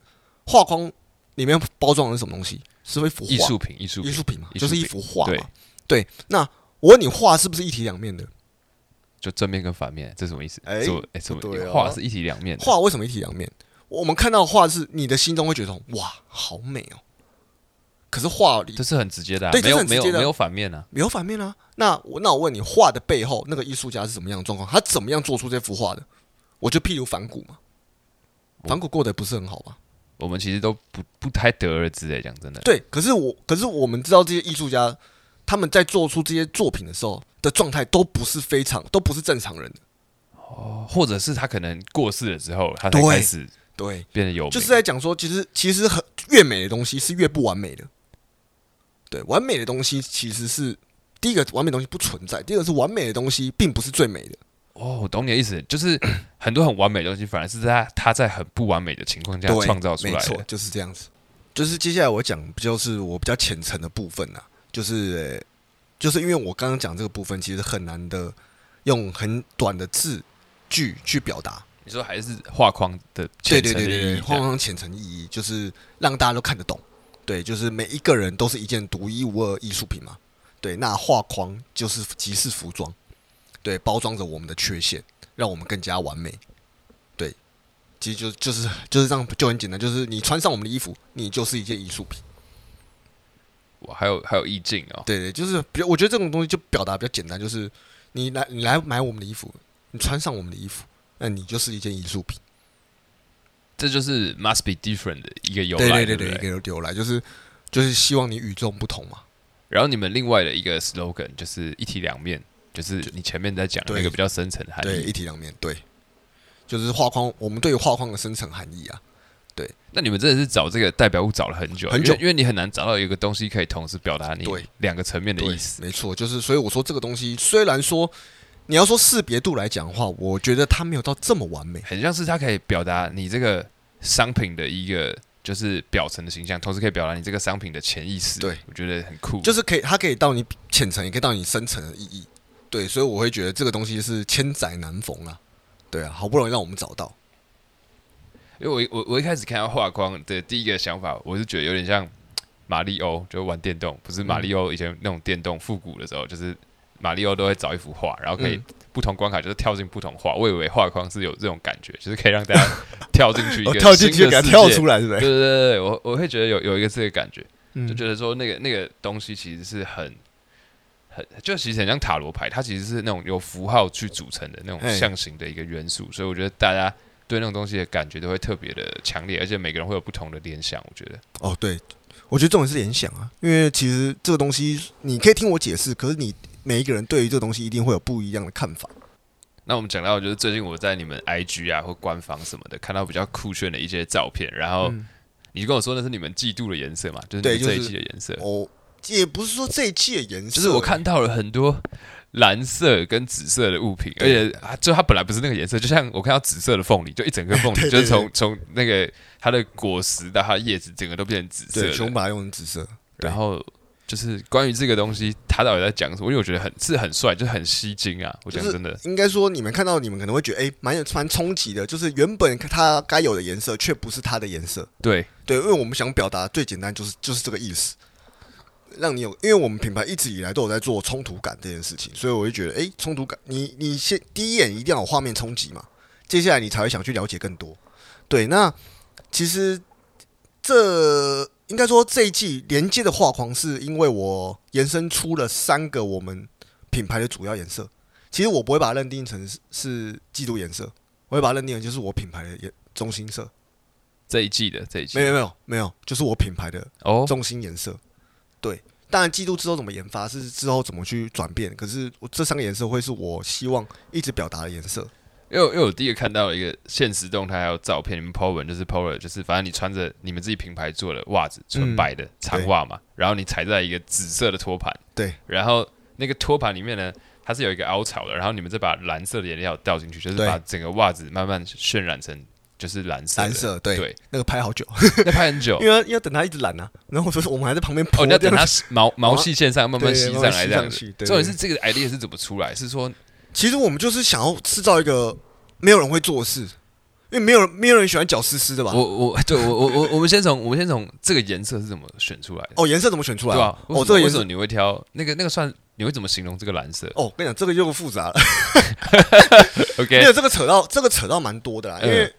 Speaker 2: 画框里面包装的是什么东西？是一幅画，
Speaker 1: 艺术品，艺术
Speaker 2: 艺
Speaker 1: 品，
Speaker 2: 术品嘛，
Speaker 1: 艺术
Speaker 2: 就是一
Speaker 1: 品
Speaker 2: 幅画
Speaker 1: 对
Speaker 2: 嘛。对，那我问你，画是不是一体两面的？
Speaker 1: 就正面跟反面，这什么意思？
Speaker 2: 哎
Speaker 1: 是我哎，什么
Speaker 2: 不对哦
Speaker 1: 画是一体两面的，
Speaker 2: 画为什么一体两面？我们看到画是你的心中会觉得哇，好美哦。可是画里
Speaker 1: 这是很直接的啊，
Speaker 2: 对
Speaker 1: 没
Speaker 2: 这是
Speaker 1: 有
Speaker 2: 很
Speaker 1: 没
Speaker 2: 直
Speaker 1: 有
Speaker 2: 接的
Speaker 1: 没有反面啊，
Speaker 2: 没有反面啊。那我那我问你，画的背后那个艺术家是什么样的状况？他怎么样做出这幅画的？我就譬如反骨嘛，反骨过得不是很好吧？
Speaker 1: 我们其实都不不太得而知哎，讲真的，
Speaker 2: 对，可是我可是我们知道这些艺术家他们在做出这些作品的时候的状态都不是非常都不是正常人的
Speaker 1: 哦，或者是他可能过世了之后，他才
Speaker 2: 对
Speaker 1: 开始
Speaker 2: 对，
Speaker 1: 变得有名，
Speaker 2: 就是在讲说，其实其实很越美的东西是越不完美的。对，完美的东西其实是第一个，完美的东西不存在；第二个是完美的东西并不是最美的。
Speaker 1: 哦，我懂你的意思，就是 很多很完美的东西，反而是在他他在很不完美的情况下
Speaker 2: 对
Speaker 1: 创造出
Speaker 2: 没
Speaker 1: 来
Speaker 2: 错
Speaker 1: 的。，
Speaker 2: 就是这样子。就是接下来我讲，就是我比较浅层的部分啊，就是呃就是因为我刚刚讲这个部分，其实很难的用很短的字句去表达。
Speaker 1: 你说还是画框的浅
Speaker 2: 对对
Speaker 1: 层的
Speaker 2: 对对
Speaker 1: 意
Speaker 2: 对，
Speaker 1: 义
Speaker 2: 画
Speaker 1: 这样，
Speaker 2: 上浅层意义，就是让大家都看得懂。对，就是每一个人都是一件独一无二艺术品嘛。对，那画框就是即是服装，对，包装着我们的缺陷，让我们更加完美。对，其实就就是就是这样，就很简单，就是你穿上我们的衣服，你就是一件艺术品。
Speaker 1: 哇，还有还有意境哦，
Speaker 2: 对对，就是比较，我觉得这种东西就表达比较简单，就是你来你来买我们的衣服，你穿上我们的衣服，那你就是一件艺术品。
Speaker 1: 这就是 must be different 的一个由
Speaker 2: 对
Speaker 1: 来，
Speaker 2: 对对
Speaker 1: 不
Speaker 2: 对，一个由来就是就是希望你与众不同嘛。
Speaker 1: 然后你们另外的一个 slogan 就是一体两面，就是你前面在讲的
Speaker 2: 对
Speaker 1: 那个比较深层的含
Speaker 2: 对，
Speaker 1: 义
Speaker 2: 一。体两面对，就是画框，我们对于画框的深层含义啊，
Speaker 1: 那你们真的是找这个代表物找了很久，
Speaker 2: 很久
Speaker 1: 因为因为你很难找到一个东西可以同时表达你
Speaker 2: 对
Speaker 1: 两个层面的
Speaker 2: 对
Speaker 1: 意，思。
Speaker 2: 没错，就是所以我说这个东西，虽然说你要说识别度来讲的话，我觉得它没有到这么完美，
Speaker 1: 很像是它可以表达你这个商品的一个就是表层的形象，同时可以表达你这个商品的潜意识。
Speaker 2: 对，
Speaker 1: 我觉得很酷。
Speaker 2: 就是可以，它可以到你浅层，也可以到你深层的意义，对，所以我会觉得这个东西是千载难逢啊，对啊，好不容易让我们找到，
Speaker 1: 因为我我我一开始看到画框的第一个想法，我是觉得有点像马里欧，就玩电动，不是马里欧
Speaker 2: 嗯
Speaker 1: 以前那种电动复古的时候，就是马里欧都会找一幅画，然后可以
Speaker 2: 嗯
Speaker 1: 不同关卡就是跳进不同画。我以为画框是有这种感觉，就是可以让大家跳进去一
Speaker 2: 哦
Speaker 1: 个
Speaker 2: 跳进去
Speaker 1: 新
Speaker 2: 给
Speaker 1: 的
Speaker 2: 它
Speaker 1: 世界
Speaker 2: 跳出来，是不
Speaker 1: 对
Speaker 2: 是？
Speaker 1: 对对对，我我会觉得有有一个这个感觉，就
Speaker 2: 嗯，
Speaker 1: 觉得说那个那个东西其实是很很就其实很像塔罗牌，它其实是那种由符号去组成的那种
Speaker 2: 嘿
Speaker 1: 象形的一个元素，所以我觉得大家对那种东西的感觉都会特别的强烈，而且每个人会有不同的联想。我觉得
Speaker 2: 哦，对，我觉得重点是联想啊，因为其实这个东西你可以听我解释，可是你每一个人对于这个东西一定会有不一样的看法。
Speaker 1: 那我们讲到就是最近我在你们 IG 啊或官方什么的看到比较酷炫的一些照片，然后
Speaker 2: 嗯
Speaker 1: 你跟我说那是你们季度的颜色嘛，就是
Speaker 2: 对
Speaker 1: 你们这
Speaker 2: 就
Speaker 1: 一
Speaker 2: 是
Speaker 1: 季的颜色，
Speaker 2: 哦，也不是说这一季的颜色，
Speaker 1: 就是我看到了很多蓝色跟紫色的物品，而且啊，就它本来不是那个颜色，就像我看到紫色的凤梨，就一整个凤梨，
Speaker 2: 对对
Speaker 1: 就是
Speaker 2: 对
Speaker 1: 从从那个它的果实到它的叶子，整个都变成紫
Speaker 2: 对，
Speaker 1: 色
Speaker 2: 全部
Speaker 1: 的。
Speaker 2: 把它用成紫色。对
Speaker 1: 然后就是关于这个东西，它到底在讲什么？因为我觉得很是很帅，就很吸睛啊！我讲
Speaker 2: 就是
Speaker 1: 真的，
Speaker 2: 应该说，你们看到你们可能会觉得，哎、蛮有蛮冲击的，就是原本它该有的颜色，却不是它的颜色。
Speaker 1: 对
Speaker 2: 对，因为我们想表达最简单就是就是这个意思，让你有，因为我们品牌一直以来都有在做冲突感这件事情，所以我就觉得，哎、冲突感，你你先第一眼一定要有画面冲击嘛，接下来你才会想去了解更多。对，那其实这应该说这一季连接的画框是因为我延伸出了三个我们品牌的主要颜色，其实我不会把它认定成是是季度颜色，我会把它认定成就是我品牌的颜中心色。
Speaker 1: 这一季的这一季
Speaker 2: 没有没有没有，就是我品牌的
Speaker 1: 哦，
Speaker 2: 中心颜色。对，当然季度之后怎么研发是之后怎么去转变，可是我这三个颜色会是我希望一直表达的颜色。
Speaker 1: 因为因为我第一个看到一个现实动态还有照片，你们 po 文就是 po 了，就是反正你穿着你们自己品牌做的袜子，
Speaker 2: 嗯
Speaker 1: 纯白的长袜嘛，然后你踩在一个紫色的托盘，
Speaker 2: 对，
Speaker 1: 然后那个托盘里面呢，它是有一个凹槽的，然后你们再把蓝色的颜料倒进去，就是
Speaker 2: 对
Speaker 1: 把整个袜子慢慢渲染成就是蓝色的，
Speaker 2: 蓝色对
Speaker 1: 对，哦
Speaker 2: 那个拍好久，
Speaker 1: 那拍很久
Speaker 2: 因。为要等它一直染啊。然后我说我们还在旁边
Speaker 1: 哦，
Speaker 2: 泼
Speaker 1: 你
Speaker 2: 这
Speaker 1: 要
Speaker 2: 样子，
Speaker 1: 等它毛毛细线上慢慢
Speaker 2: 对
Speaker 1: 吸上
Speaker 2: 慢慢
Speaker 1: 来
Speaker 2: 吸
Speaker 1: 这样
Speaker 2: 上
Speaker 1: 子
Speaker 2: 去。对
Speaker 1: 重点是这个 idea 是怎么出来？是说
Speaker 2: 其实我们就是想要制造一个没有人会做的事，因为没有人没有人喜欢脚湿湿的吧？
Speaker 1: 我我对我我我我们先从我们先从这个颜色是怎么选出来的？
Speaker 2: 哦，颜色怎么选出来
Speaker 1: 对
Speaker 2: 啊？
Speaker 1: 吧？为什
Speaker 2: 哦，
Speaker 1: 么
Speaker 2: 这个
Speaker 1: 为
Speaker 2: 颜
Speaker 1: 什么
Speaker 2: 色。
Speaker 1: 你会挑那个那个算？你会怎么形容这个蓝色
Speaker 2: 哦，我跟你讲，这个就复杂了，因
Speaker 1: ？OK，
Speaker 2: 为这个扯到这个扯到蛮多的啦。因为、
Speaker 1: 嗯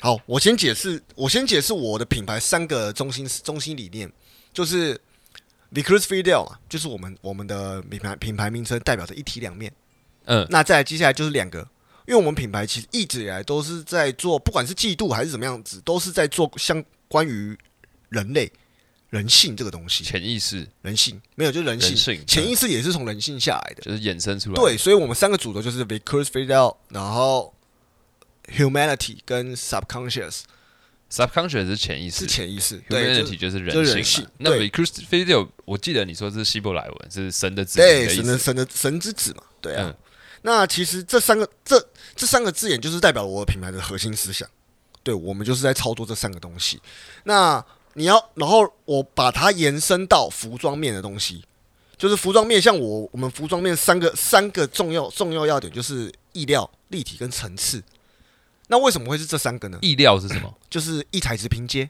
Speaker 2: 好，我先解释，我先解释我的品牌三个中心中心理念，就是 Vicus Fidel 嘛，就是我们我们的品牌品牌名称代表着一体两面。
Speaker 1: 嗯，
Speaker 2: 那再来接下来就是两个，因为我们品牌其实一直以来都是在做，不管是季度还是怎么样子，都是在做相关于人类人性这个东西，
Speaker 1: 潜意识
Speaker 2: 人性没有就是人
Speaker 1: 人
Speaker 2: 性，
Speaker 1: 性
Speaker 2: 潜意
Speaker 1: 识
Speaker 2: 识也是从人性下来的。
Speaker 1: 就是衍生出来，
Speaker 2: 对，所以我们三个主轴就是 Vickers Fidel，然后 Humanity 跟 Subconscious
Speaker 1: ，subconscious 是潜意识
Speaker 2: 是潜意识，对，就
Speaker 1: ，humanity
Speaker 2: 是
Speaker 1: 就是
Speaker 2: 就
Speaker 1: 人性嘛。
Speaker 2: 是人性
Speaker 1: 那
Speaker 2: 对
Speaker 1: recruit video，我记得你说是希伯来文，是神的子民
Speaker 2: 对
Speaker 1: 的意
Speaker 2: 神的
Speaker 1: 思。
Speaker 2: 神的神之子嘛，对啊。
Speaker 1: 嗯
Speaker 2: 那其实这三个这这三个字眼就是代表我的品牌的核心思想，对我们就是在操作这三个东西。那你要，然后我把它延伸到服装面的东西，就是服装面，像我我们服装面三个三个重要重要要点就是意料、立体跟层次。那为什么会是这三个呢？
Speaker 1: 意料是什 么？
Speaker 2: 就是一材质拼接，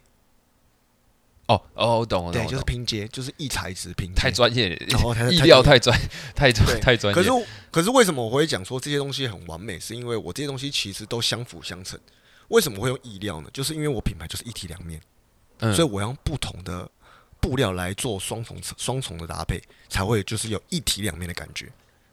Speaker 1: 哦哦，我懂，我懂，
Speaker 2: 对，
Speaker 1: 我
Speaker 2: 就是
Speaker 1: 懂
Speaker 2: 拼接，就是一材质拼接。
Speaker 1: 太专 业
Speaker 2: 然后太
Speaker 1: 了，意料太专， 太专，
Speaker 2: 对
Speaker 1: 太专
Speaker 2: 可是
Speaker 1: 业。
Speaker 2: 我，可是为什么我会讲说这些东西很完美？是因为我这些东西其实都相辅相成。为什么会用意料呢？就是因为我品牌就是一体两面，
Speaker 1: 嗯
Speaker 2: 所以我要用不同的布料来做双重双重的搭配，才会就是有一体两面的感觉。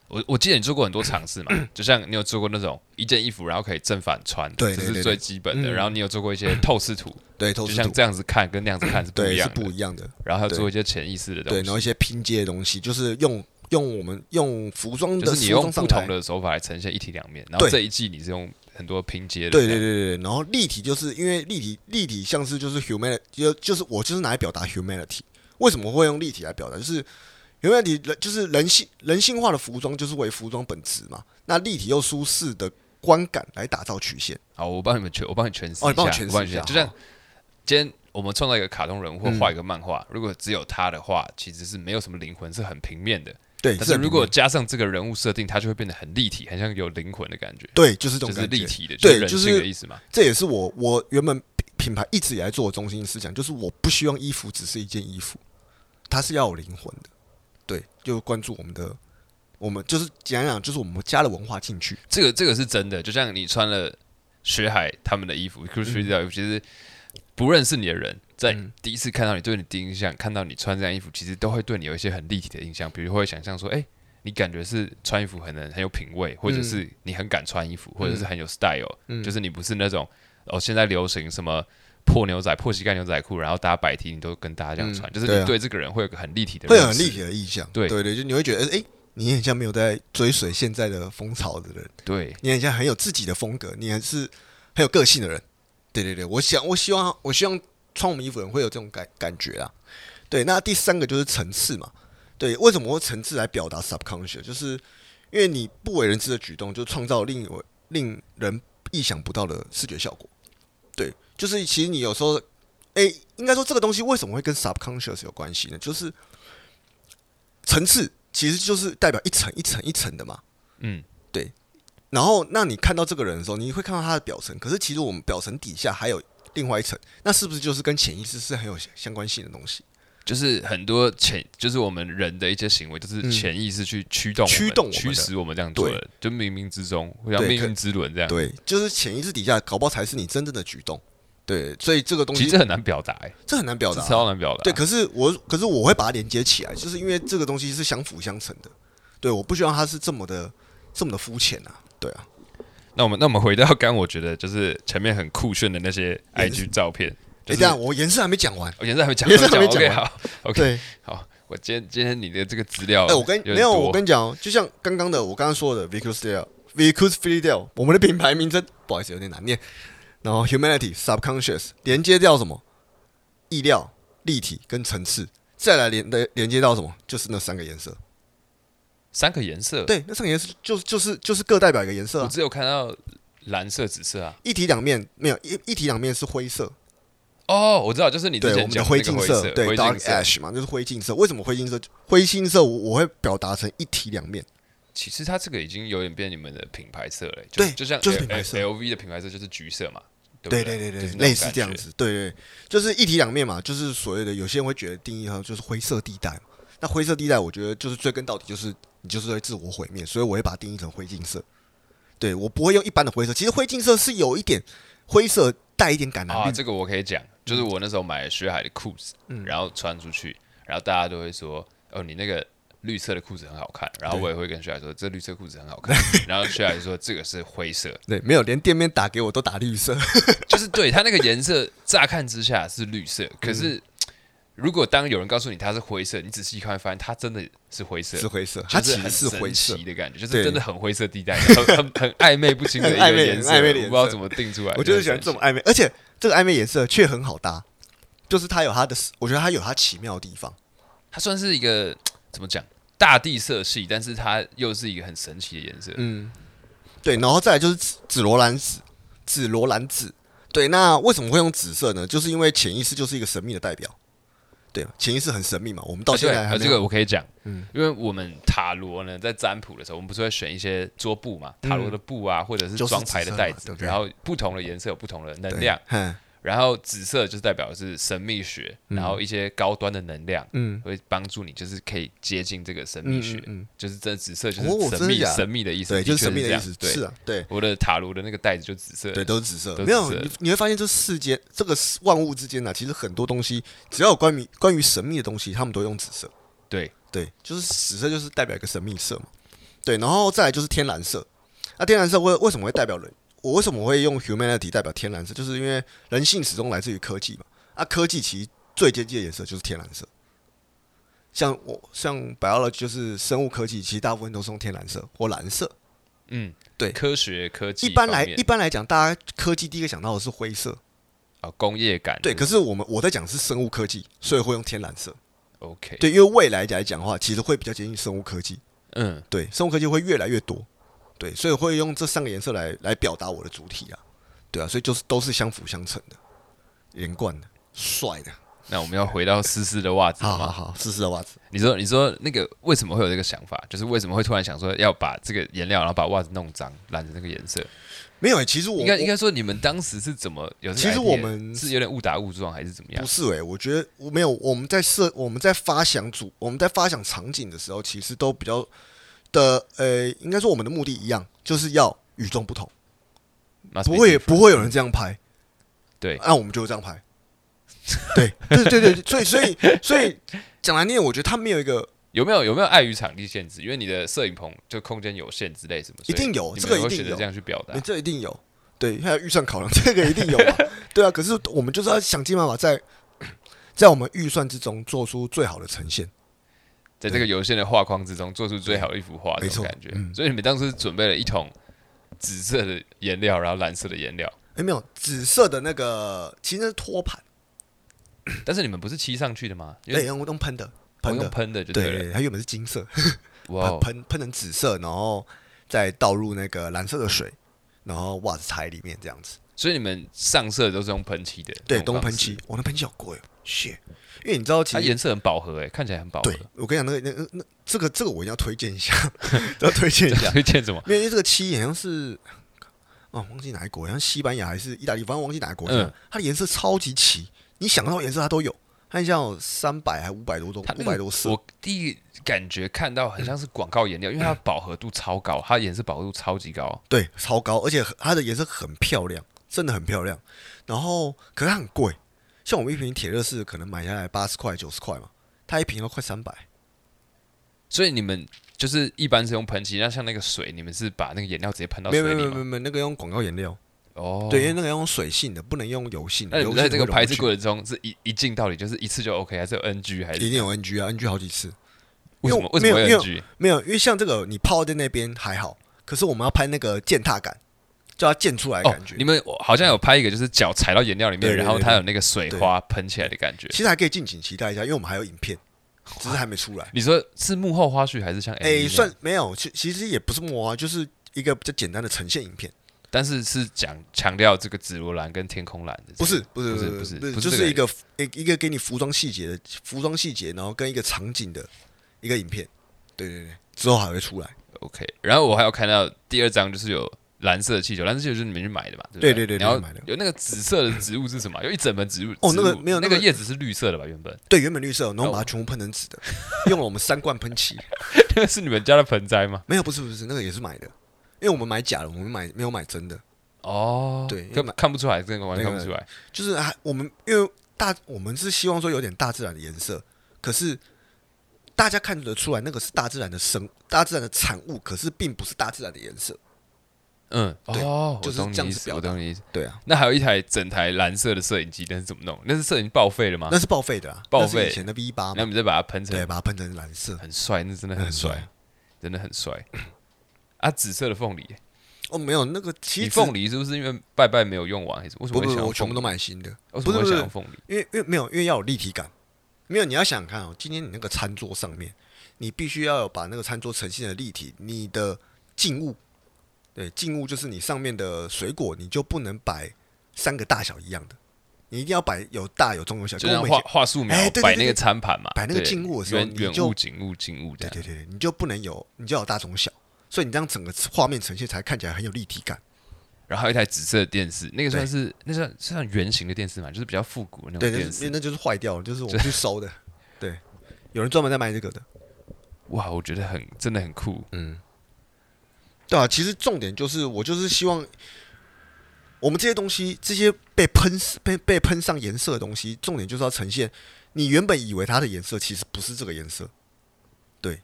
Speaker 1: 我我记得你做过很多尝试 嘛，就像你有做过那种一件衣服，然后可以正反穿，
Speaker 2: 对
Speaker 1: 这
Speaker 2: 对
Speaker 1: 是
Speaker 2: 对
Speaker 1: 最基本的。
Speaker 2: 嗯
Speaker 1: 然后你有做过一些透视图，
Speaker 2: 对，透
Speaker 1: 就
Speaker 2: 视
Speaker 1: 像
Speaker 2: 图
Speaker 1: 这样子看跟那样子看是不一
Speaker 2: 对是
Speaker 1: 样的
Speaker 2: 不。一样的。
Speaker 1: 然后还有做一些潜意识的东
Speaker 2: 对，
Speaker 1: 西
Speaker 2: 然，后一些拼接的东西，就是用用我们用服装
Speaker 1: 就
Speaker 2: 的
Speaker 1: 是你
Speaker 2: 服
Speaker 1: 用
Speaker 2: 装
Speaker 1: 不
Speaker 2: 上
Speaker 1: 同
Speaker 2: 来
Speaker 1: 的手法来呈现一体两面。然后
Speaker 2: 对
Speaker 1: 这一季你是用很多拼接的，
Speaker 2: 对对，对对，然后立体就是因为立体立体像是就是 humanity，就就是我就是拿来表达 humanity。为什么会用立体来表达？就是 humanity 人就是人性人性化的服装，就是为服装本质嘛。那立体又舒适的观感来打造曲线。
Speaker 1: 好，我帮你们诠，我帮你诠释一下，
Speaker 2: 哦你帮我诠释
Speaker 1: 我帮你
Speaker 2: 一下
Speaker 1: 就像今天我们创造一个卡通人物或
Speaker 2: 嗯
Speaker 1: 画一个漫画，如果只有他的话，其实是没有什么灵魂，是很平面的。
Speaker 2: 对，
Speaker 1: 但
Speaker 2: 这
Speaker 1: 是
Speaker 2: 很
Speaker 1: 如果加上这个人物设定，它就会变得很立体，很像有灵魂的感觉，
Speaker 2: 对，就是这
Speaker 1: 就
Speaker 2: 种
Speaker 1: 是
Speaker 2: 感觉。
Speaker 1: 立体的，
Speaker 2: 对
Speaker 1: 人
Speaker 2: 就是
Speaker 1: 性的意思嘛。
Speaker 2: 这也是我我原本品品牌一直以来做的中心思想，就是我不希望衣服只是一件衣服，它是要有灵魂的。对，就关注我们的，我们就是讲讲，就是我们加了文化进去。
Speaker 1: 这个这个是真的，就像你穿了学海他们的衣服 c r u i s e 的衣服，其实不认识你的人，在
Speaker 2: 嗯
Speaker 1: 第一次看到你，对你第一印象，看到你穿这样衣服，其实都会对你有一些很立体的印象，比如会想象说，哎、你感觉是穿衣服很能很有品味，或者是你很敢穿衣服，或者是很有 style，、
Speaker 2: 嗯
Speaker 1: 就是你不是那种哦，现在流行什么。破牛仔、破膝盖牛仔裤，然后搭白 T，你都跟大家这样
Speaker 2: 嗯
Speaker 1: 穿，就是
Speaker 2: 对
Speaker 1: 你
Speaker 2: 啊
Speaker 1: 对这个人会有个很立体的，
Speaker 2: 会有很立体，的意向，
Speaker 1: 对
Speaker 2: 对对，就你会觉得，哎、你很像没有在追随现在的风潮的人，
Speaker 1: 对，
Speaker 2: 你很像很有自己的风格，你还是很有个性的人，对对对，我想我希望我希望穿我们衣服的人会有这种感感觉啦，对，那第三个就是层次嘛，对，为什么会层次来表达 subconscious，就是因为你不为人知的举动，就创造令我令人意想不到的视觉效果，对，就是其实你有时候，哎、应该说这个东西为什么会跟 subconscious 有关系呢？就是层次其实就是代表一层一层一层的嘛。
Speaker 1: 嗯，
Speaker 2: 然后，那你看到这个人的时候，你会看到他的表层，可是其实我们表层底下还有另外一层，那是不是就是跟潜意识是很有相关性的东西？
Speaker 1: 就是很多潜，就是我们人的一些行为，就是潜意识去驱动我们、
Speaker 2: 嗯驱动我们的
Speaker 1: 驱使我们这样做的，就冥冥之中，会像
Speaker 2: 对
Speaker 1: 命运之轮这样。
Speaker 2: 对，就是潜意识底下，搞不好才是你真正的举动。对，所以这个东
Speaker 1: 其
Speaker 2: 西
Speaker 1: 实这很难表达、欸，
Speaker 2: 这很难表
Speaker 1: 这
Speaker 2: 达，
Speaker 1: 超难表达。
Speaker 2: 对，可是我可是我会把它连接起来，就是因为这个东西是相辅相成的。对，我不希望它是这么的这么的肤浅啊。对啊，
Speaker 1: 那我们那我们回到刚，我觉得就是前面很酷炫的那些
Speaker 2: 颜
Speaker 1: IG 照片，
Speaker 2: 哎、
Speaker 1: 就
Speaker 2: 这
Speaker 1: 是
Speaker 2: 样我颜色还没讲完。
Speaker 1: 我现在还没讲，
Speaker 2: 颜色还没
Speaker 1: ，OK，
Speaker 2: 讲完
Speaker 1: 好，OK，
Speaker 2: 对，
Speaker 1: 好，我今天今天你的这个资料，
Speaker 2: 哎、我跟
Speaker 1: 点
Speaker 2: 没有，
Speaker 1: 多
Speaker 2: 我跟你讲哦，就像刚刚的，我刚刚说的 Vicus Fidel Vicus Fidel，我们的品牌名称不好意思有点难念。然后 Humanity Subconscious 连接掉什么？意料、立体跟层次，再来连的连接到什么？就是那三个颜色。
Speaker 1: 三个颜色，
Speaker 2: 对，那三个颜色就就是就是各代表一个颜色、
Speaker 1: 我
Speaker 2: 啊，
Speaker 1: 只有看到蓝色、紫色啊。
Speaker 2: 一体两面没有一一体两面是灰色，
Speaker 1: 哦，我知道，就是你之
Speaker 2: 对，
Speaker 1: 前
Speaker 2: 我们的
Speaker 1: 讲的那
Speaker 2: 灰
Speaker 1: 个
Speaker 2: 烬
Speaker 1: 灰
Speaker 2: 色，对
Speaker 1: 灰
Speaker 2: Dark
Speaker 1: 烬色，
Speaker 2: Ash 嘛，就是灰烬色。为什么灰烬色？灰烬色我我会表达成一体两面。
Speaker 1: 其实它这个已经有点变你们的品牌色了、就
Speaker 2: 对
Speaker 1: 就像
Speaker 2: 就是
Speaker 1: L,
Speaker 2: 品牌色
Speaker 1: L V 的品牌色就是橘色嘛，不
Speaker 2: 对
Speaker 1: 对
Speaker 2: 对对
Speaker 1: 就
Speaker 2: 对
Speaker 1: 是，那种
Speaker 2: 类似这样
Speaker 1: 感觉。
Speaker 2: 子，对对，就是一体两面嘛，就是所谓的有些人会觉得定义它就是灰色地带嘛。那灰色地带，我觉得就是追根到底就是你就是会自我毁灭，所以我会把它定义成灰烬色。对我不会用一般的灰色，其实灰烬色是有一点灰色带一点橄榄
Speaker 1: 啊，
Speaker 2: 绿，
Speaker 1: 这个我可以讲，
Speaker 2: 嗯
Speaker 1: 就是我那时候买了薛海的裤子，然后穿出去，然后大家都会说，哦，你那个绿色的裤子很好看，然后我也会跟薛海说，这绿色裤子很好 看，然后薛海就说这个是灰色，
Speaker 2: 对，没有连店面打给我都打绿色，嗯
Speaker 1: 就是对它那个颜色，乍看之下是绿色，可是。如果当有人告诉你它是灰色，你仔细看会发现它真的是灰色，
Speaker 2: 是灰色，它
Speaker 1: 就
Speaker 2: 其
Speaker 1: 是
Speaker 2: 实
Speaker 1: 很
Speaker 2: 是灰色
Speaker 1: 神奇。的啊感觉，就
Speaker 2: 对
Speaker 1: 是真的很灰色地带，很很很暧昧不清的一
Speaker 2: 很暧
Speaker 1: 个
Speaker 2: 昧
Speaker 1: 颜色，
Speaker 2: 很暧昧
Speaker 1: 我
Speaker 2: 的颜色
Speaker 1: 不知道怎么定出来。
Speaker 2: 我就是喜欢这种暧昧，而且这个暧昧颜色却很好搭，就是它有它的，我觉得它有它奇妙的地方。
Speaker 1: 它算是一个怎么讲大地色系，但是它又是一个很神奇的颜色。
Speaker 2: 嗯，对，然后再来就是紫紫罗兰紫，紫罗兰紫。对，那为什么会用紫色呢？就是因为潜意识就是一个神秘的代表。对，潜意识很神秘嘛，我们到
Speaker 1: 啊
Speaker 2: 现
Speaker 1: 对
Speaker 2: 在还
Speaker 1: 啊
Speaker 2: 没
Speaker 1: 这
Speaker 2: 有。嗯
Speaker 1: 个我可以讲，因为我们塔罗呢，在占卜的时候，我们不是会选一些桌布嘛，塔罗的布啊，或者是
Speaker 2: 嗯就是
Speaker 1: 装牌的袋
Speaker 2: 紫色
Speaker 1: 子
Speaker 2: 嘛对，不对
Speaker 1: 然后不同的颜色有不同的能
Speaker 2: 对
Speaker 1: 量，，
Speaker 2: 嗯
Speaker 1: 然后紫色就是代表的是神秘学，然后一些高端的能量。
Speaker 2: 嗯，
Speaker 1: 会帮助你，就是可以接近这个神
Speaker 2: 嗯
Speaker 1: 秘
Speaker 2: 嗯
Speaker 1: 学，
Speaker 2: 嗯
Speaker 1: 就是这紫色就
Speaker 2: 哦
Speaker 1: 是
Speaker 2: 真
Speaker 1: 神
Speaker 2: 的
Speaker 1: 秘、
Speaker 2: 假的
Speaker 1: 神秘的意思，
Speaker 2: 对，就是
Speaker 1: 的
Speaker 2: 神秘
Speaker 1: 确这
Speaker 2: 的意
Speaker 1: 样
Speaker 2: 思。
Speaker 1: 对，
Speaker 2: 是啊，对
Speaker 1: 我的塔罗的那个袋子就紫色，
Speaker 2: 对，都是紫色。
Speaker 1: 都是
Speaker 2: 没有，
Speaker 1: 紫色
Speaker 2: 你你会发现，这世间这个万物之间呢、啊其实很多东西，只要有关于关于神秘的东西，他们都用紫色。
Speaker 1: 对，
Speaker 2: 对，就是紫色就是代表一个神秘色嘛。对，然后再来就是天蓝色。那、天蓝色为为什么会代表人？我为什么会用 humanity 代表天蓝色？就是因为人性始终来自于科技嘛。啊，科技其实最接近的颜色就是天蓝色。像我像 biology 就是生物科技，其实大部分都是用天蓝色或蓝色。
Speaker 1: 嗯，
Speaker 2: 对
Speaker 1: 科学科技
Speaker 2: 一般
Speaker 1: 方
Speaker 2: 来
Speaker 1: 面
Speaker 2: 一般来讲，大家科技第一个想到的是灰色，
Speaker 1: 啊工业感
Speaker 2: 对。可
Speaker 1: 是
Speaker 2: 是我们我在讲的是生物科技，所以会用天蓝色。
Speaker 1: OK，
Speaker 2: 对，因为未来来讲的话，其实会比较接近生物科技。
Speaker 1: 嗯，
Speaker 2: 对，生物科技会越来越多，对，所以会用这三个颜色来来表达我的主体啊，对啊，所以就是都是相辅相成的，连贯的，帅的，
Speaker 1: 那我们要回到思思的袜子
Speaker 2: 好
Speaker 1: 了
Speaker 2: 好
Speaker 1: 吗？
Speaker 2: 好，试试的袜子，
Speaker 1: 你说你说那个为什么会有这个想法？就是为什么会突然想说要把这个颜料，然后把袜子弄脏，染成那个颜色？
Speaker 2: 没有欸、其实我
Speaker 1: 应该
Speaker 2: 我
Speaker 1: 应该说你们当时是怎么有这个 idea？
Speaker 2: 其实我们
Speaker 1: 是有点误打误撞还是怎么样
Speaker 2: 不？是诶、哎我觉得我没有，我们在设我们在发想组我们在发想场景的时候，其实都比较的呃，应该说我们的目的一样，就是要与众不同，
Speaker 1: Must be
Speaker 2: 不会
Speaker 1: different
Speaker 2: 不会有人这样拍，
Speaker 1: 啊对
Speaker 2: 那我们就这样拍。对，对对对，所以所以所以讲难听点，我觉得他没有一个
Speaker 1: 有没有有没有碍于场地限制？因为你的摄影棚就空间有限之类什么，
Speaker 2: 一定有
Speaker 1: 所以
Speaker 2: 这个
Speaker 1: 你们会
Speaker 2: 一定
Speaker 1: 选择
Speaker 2: 有
Speaker 1: 这样去表达
Speaker 2: 你。这一定有，对，还有预算考量， 这个一定有 嘛？对啊，可是我们就是要想尽办法在 在我们预算之中做出最好的呈现。
Speaker 1: 在这个有限的画框之中做出最好的一幅画，
Speaker 2: 没
Speaker 1: 这种
Speaker 2: 错嗯
Speaker 1: 感觉。所以你们当时准备了一桶紫色的颜料，然后蓝色的颜料，
Speaker 2: 哎，没有紫色的那个，其实那是托盘，
Speaker 1: 但是你们不是漆上去的吗？因
Speaker 2: 对，
Speaker 1: 为
Speaker 2: 用用喷的，
Speaker 1: 我
Speaker 2: 喷
Speaker 1: 用
Speaker 2: 的，
Speaker 1: 喷的就
Speaker 2: 对，
Speaker 1: 对了。
Speaker 2: 对它原本是金色，
Speaker 1: 哇
Speaker 2: 喷
Speaker 1: 哦，
Speaker 2: 喷喷成紫色，然后再倒入那个蓝色的水，然后袜子踩里面这样子。
Speaker 1: 所以你们上色都是用喷漆的，
Speaker 2: 对，
Speaker 1: 这种
Speaker 2: 东
Speaker 1: 方
Speaker 2: 喷
Speaker 1: 式
Speaker 2: 漆，，我那喷漆好贵哦，shit！因为你知道，其
Speaker 1: 它
Speaker 2: 实
Speaker 1: 颜色很饱和，哎，看起来很饱和
Speaker 2: 对。我跟你讲，那个那个那这个这个我一定要推荐一下， 要推荐一下。
Speaker 1: 推荐什么？
Speaker 2: 因为这个漆好像是，哦，忘记哪一国，好像西班牙还是意大利，反正忘记哪个国家，
Speaker 1: 嗯
Speaker 2: 它的颜色超级齐，你想到的颜色它都有。看一下，有三百还五百多种
Speaker 1: 它，那
Speaker 2: 五
Speaker 1: 个
Speaker 2: 百多色，
Speaker 1: 我第一感觉看到很像是广告颜料，因为它饱和度超高，它颜色饱和度超级高。
Speaker 2: 对，超高，而且很它的颜色很漂亮，真的很漂亮。然后，可是它很贵，像我们一瓶铁热士可能买下来八十块、九十块嘛，它一瓶要快三百。
Speaker 1: 所以你们就是一般是用喷漆，那像那个水，你们是把那个颜料直接喷到
Speaker 2: 没
Speaker 1: 水
Speaker 2: 有没有没
Speaker 1: 里
Speaker 2: 有没
Speaker 1: 吗？
Speaker 2: 有没有，那个用广告颜料，
Speaker 1: 哦，
Speaker 2: 对，因为那个要用水性的，不能用油性
Speaker 1: 那你
Speaker 2: 的。油
Speaker 1: 们
Speaker 2: 性
Speaker 1: 在
Speaker 2: 的
Speaker 1: 这个
Speaker 2: 会溶
Speaker 1: 拍摄
Speaker 2: 不
Speaker 1: 过程中是一一镜到底，就是一次就 OK，还是有 NG，还
Speaker 2: 进一
Speaker 1: 是
Speaker 2: 定有 NG 啊，NG 好几次。
Speaker 1: 为什
Speaker 2: 因为
Speaker 1: 么为什么
Speaker 2: 没有
Speaker 1: 会
Speaker 2: 因为
Speaker 1: NG？
Speaker 2: 没有，因为像这个你泡在那边还好，可是我们要拍那个践踏感，叫它溅出来的
Speaker 1: 哦
Speaker 2: 哎感觉。，
Speaker 1: 你们好像有拍一个，就是脚踩到颜料里
Speaker 2: 对
Speaker 1: 面，
Speaker 2: 对
Speaker 1: 然后
Speaker 2: 对
Speaker 1: 它有那个水花喷起来的感觉。
Speaker 2: 其实还可以敬请期待一下，因为我们还有影片，只是还没出来。
Speaker 1: 你说是幕后花絮还是像 MV 那
Speaker 2: 哦哎，
Speaker 1: 样
Speaker 2: 算没有，其其实也不是摸啊，就是一个比较简单的呈现影片，
Speaker 1: 但是是讲强调这个紫罗兰跟天空蓝的这个，
Speaker 2: 不是不是
Speaker 1: 不是
Speaker 2: 不
Speaker 1: 不
Speaker 2: 是
Speaker 1: 是
Speaker 2: 不
Speaker 1: 不
Speaker 2: 是，就是是一
Speaker 1: 这
Speaker 2: 个一一个给你服装细节的服装细节，然后跟一个场景的一个影片。对对对，之后还会出来。
Speaker 1: OK。然后我还有看到第二张就是有蓝色的气球，蓝色气球就是你们去买的嘛？对不对
Speaker 2: 对对对
Speaker 1: 然后
Speaker 2: 对买的
Speaker 1: 有那个紫色的植物是什么？有一整盆植物
Speaker 2: 哦那个
Speaker 1: 植物
Speaker 2: 没有那
Speaker 1: 那
Speaker 2: 个
Speaker 1: 个叶子是绿色的吧？原本
Speaker 2: 对，原本绿色，然后我把它全部喷成紫 的，用了我们三罐喷漆。
Speaker 1: 那个是你们家的盆栽吗？
Speaker 2: 没有，不是不是，那个也是买的，因为我们买假的，我们买没有买真的。
Speaker 1: 哦，
Speaker 2: 对
Speaker 1: 根本看不出来，真的完全看不出来。
Speaker 2: 就是还我们因为大我们是希望说有点大自然的颜色，可是大家看得出来那个是大自然的生大自然的产物，可是并不是大自然的颜色。
Speaker 1: 嗯，
Speaker 2: 对
Speaker 1: 哦，我
Speaker 2: 就是
Speaker 1: 懂你
Speaker 2: 这样
Speaker 1: 意
Speaker 2: 子
Speaker 1: 思，
Speaker 2: 表
Speaker 1: 我懂你意思。
Speaker 2: 对啊，
Speaker 1: 那还有一台整台蓝色的摄影机，那是怎么弄？那是摄影报废了吗？
Speaker 2: 那是报废的啦，
Speaker 1: 报
Speaker 2: 那是
Speaker 1: 废
Speaker 2: 以前的 V 八
Speaker 1: 然后
Speaker 2: 嘛，
Speaker 1: 你再把它喷
Speaker 2: 对，
Speaker 1: 成
Speaker 2: 把它喷成蓝色。
Speaker 1: 很帅，那真的很
Speaker 2: 很帅
Speaker 1: 帅，真的很帅。啊，紫色的凤梨，
Speaker 2: 哦，没有那个，其
Speaker 1: 你
Speaker 2: 实
Speaker 1: 凤梨是不是因为拜拜没有用完，还是为什
Speaker 2: 不
Speaker 1: 么
Speaker 2: 不
Speaker 1: 会想
Speaker 2: 不，
Speaker 1: 要
Speaker 2: 我全部
Speaker 1: 凤
Speaker 2: 都
Speaker 1: 梨？
Speaker 2: 买新的，
Speaker 1: 为什么
Speaker 2: 不
Speaker 1: 会想
Speaker 2: 是不是
Speaker 1: 要凤梨？
Speaker 2: 因为因为没有，因为要有立体感。没有，你要想想看哦，今天你那个餐桌上面，你必须要有把那个餐桌呈现的立体，你的静物，对，静物就是你上面的水果，你就不能摆三个大小一样的，你一定要摆有大有中有小，
Speaker 1: 就
Speaker 2: 跟我
Speaker 1: 像
Speaker 2: 们以
Speaker 1: 画
Speaker 2: 前
Speaker 1: 画素描
Speaker 2: 哎对对
Speaker 1: 摆
Speaker 2: 对
Speaker 1: 那个
Speaker 2: 对
Speaker 1: 餐盘嘛，
Speaker 2: 摆那个
Speaker 1: 对
Speaker 2: 静物的时候
Speaker 1: 远
Speaker 2: 你
Speaker 1: 远
Speaker 2: 就
Speaker 1: 物景物景物这
Speaker 2: 对
Speaker 1: 样。
Speaker 2: 对对，对你就不能有，你就要有大中小，所以你这样整个画面呈现才看起来很有立体感。
Speaker 1: 然后还有一台紫色的电视，那个算
Speaker 2: 对
Speaker 1: 是那算是算圆形的电视嘛，就是比较复古的那
Speaker 2: 对，
Speaker 1: 种
Speaker 2: 那
Speaker 1: 电
Speaker 2: 是
Speaker 1: 视。
Speaker 2: 那就是坏掉了，就是我们去收的。对，有人专门在卖这个的。
Speaker 1: 哇，我觉得很真的很酷。
Speaker 2: 嗯，对啊，其实重点就是我就是希望我们这些东西，这些被喷被被喷上颜色的东西，重点就是要呈现你原本以为它的颜色其实不是这个颜色，对，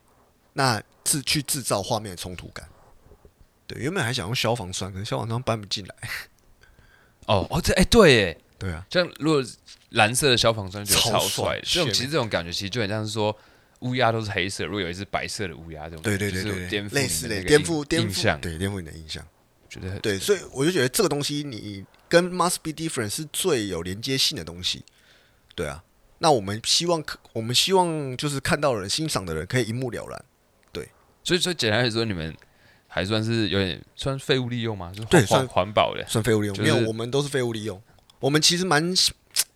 Speaker 2: 那制去制造画面的冲突感。对，原本还想用消防栓，可是消防栓搬不进来。
Speaker 1: 哦哦，这哎对耶，
Speaker 2: 对啊，
Speaker 1: 像如果蓝色的消防栓觉得
Speaker 2: 超
Speaker 1: 超
Speaker 2: 帅
Speaker 1: 帅的，这种
Speaker 2: 炫
Speaker 1: 其实这种感觉其实就很像是说乌鸦都是黑色，如果有一只白色的乌鸦，这种
Speaker 2: 对对对
Speaker 1: 就是
Speaker 2: 对对
Speaker 1: 颠，覆
Speaker 2: 类似
Speaker 1: 你的
Speaker 2: 类
Speaker 1: 那个
Speaker 2: 颠覆
Speaker 1: 印
Speaker 2: 颠
Speaker 1: 印
Speaker 2: 覆，
Speaker 1: 象，
Speaker 2: 对颠覆你的印象。
Speaker 1: 觉得很
Speaker 2: 对，所以我就觉得这个东西你跟 must be different 是最有连接性的东西。对啊，那我们希望可，我们希望就是看到的人、欣赏的人可以一目了然。
Speaker 1: 所以所以简单来说，你们还算是有点算废物利用吗？就是
Speaker 2: 对
Speaker 1: 环环
Speaker 2: 算
Speaker 1: 环保的。
Speaker 2: 算废物利用，
Speaker 1: 就是
Speaker 2: 没有，我们都是废物利用。我们其实蛮，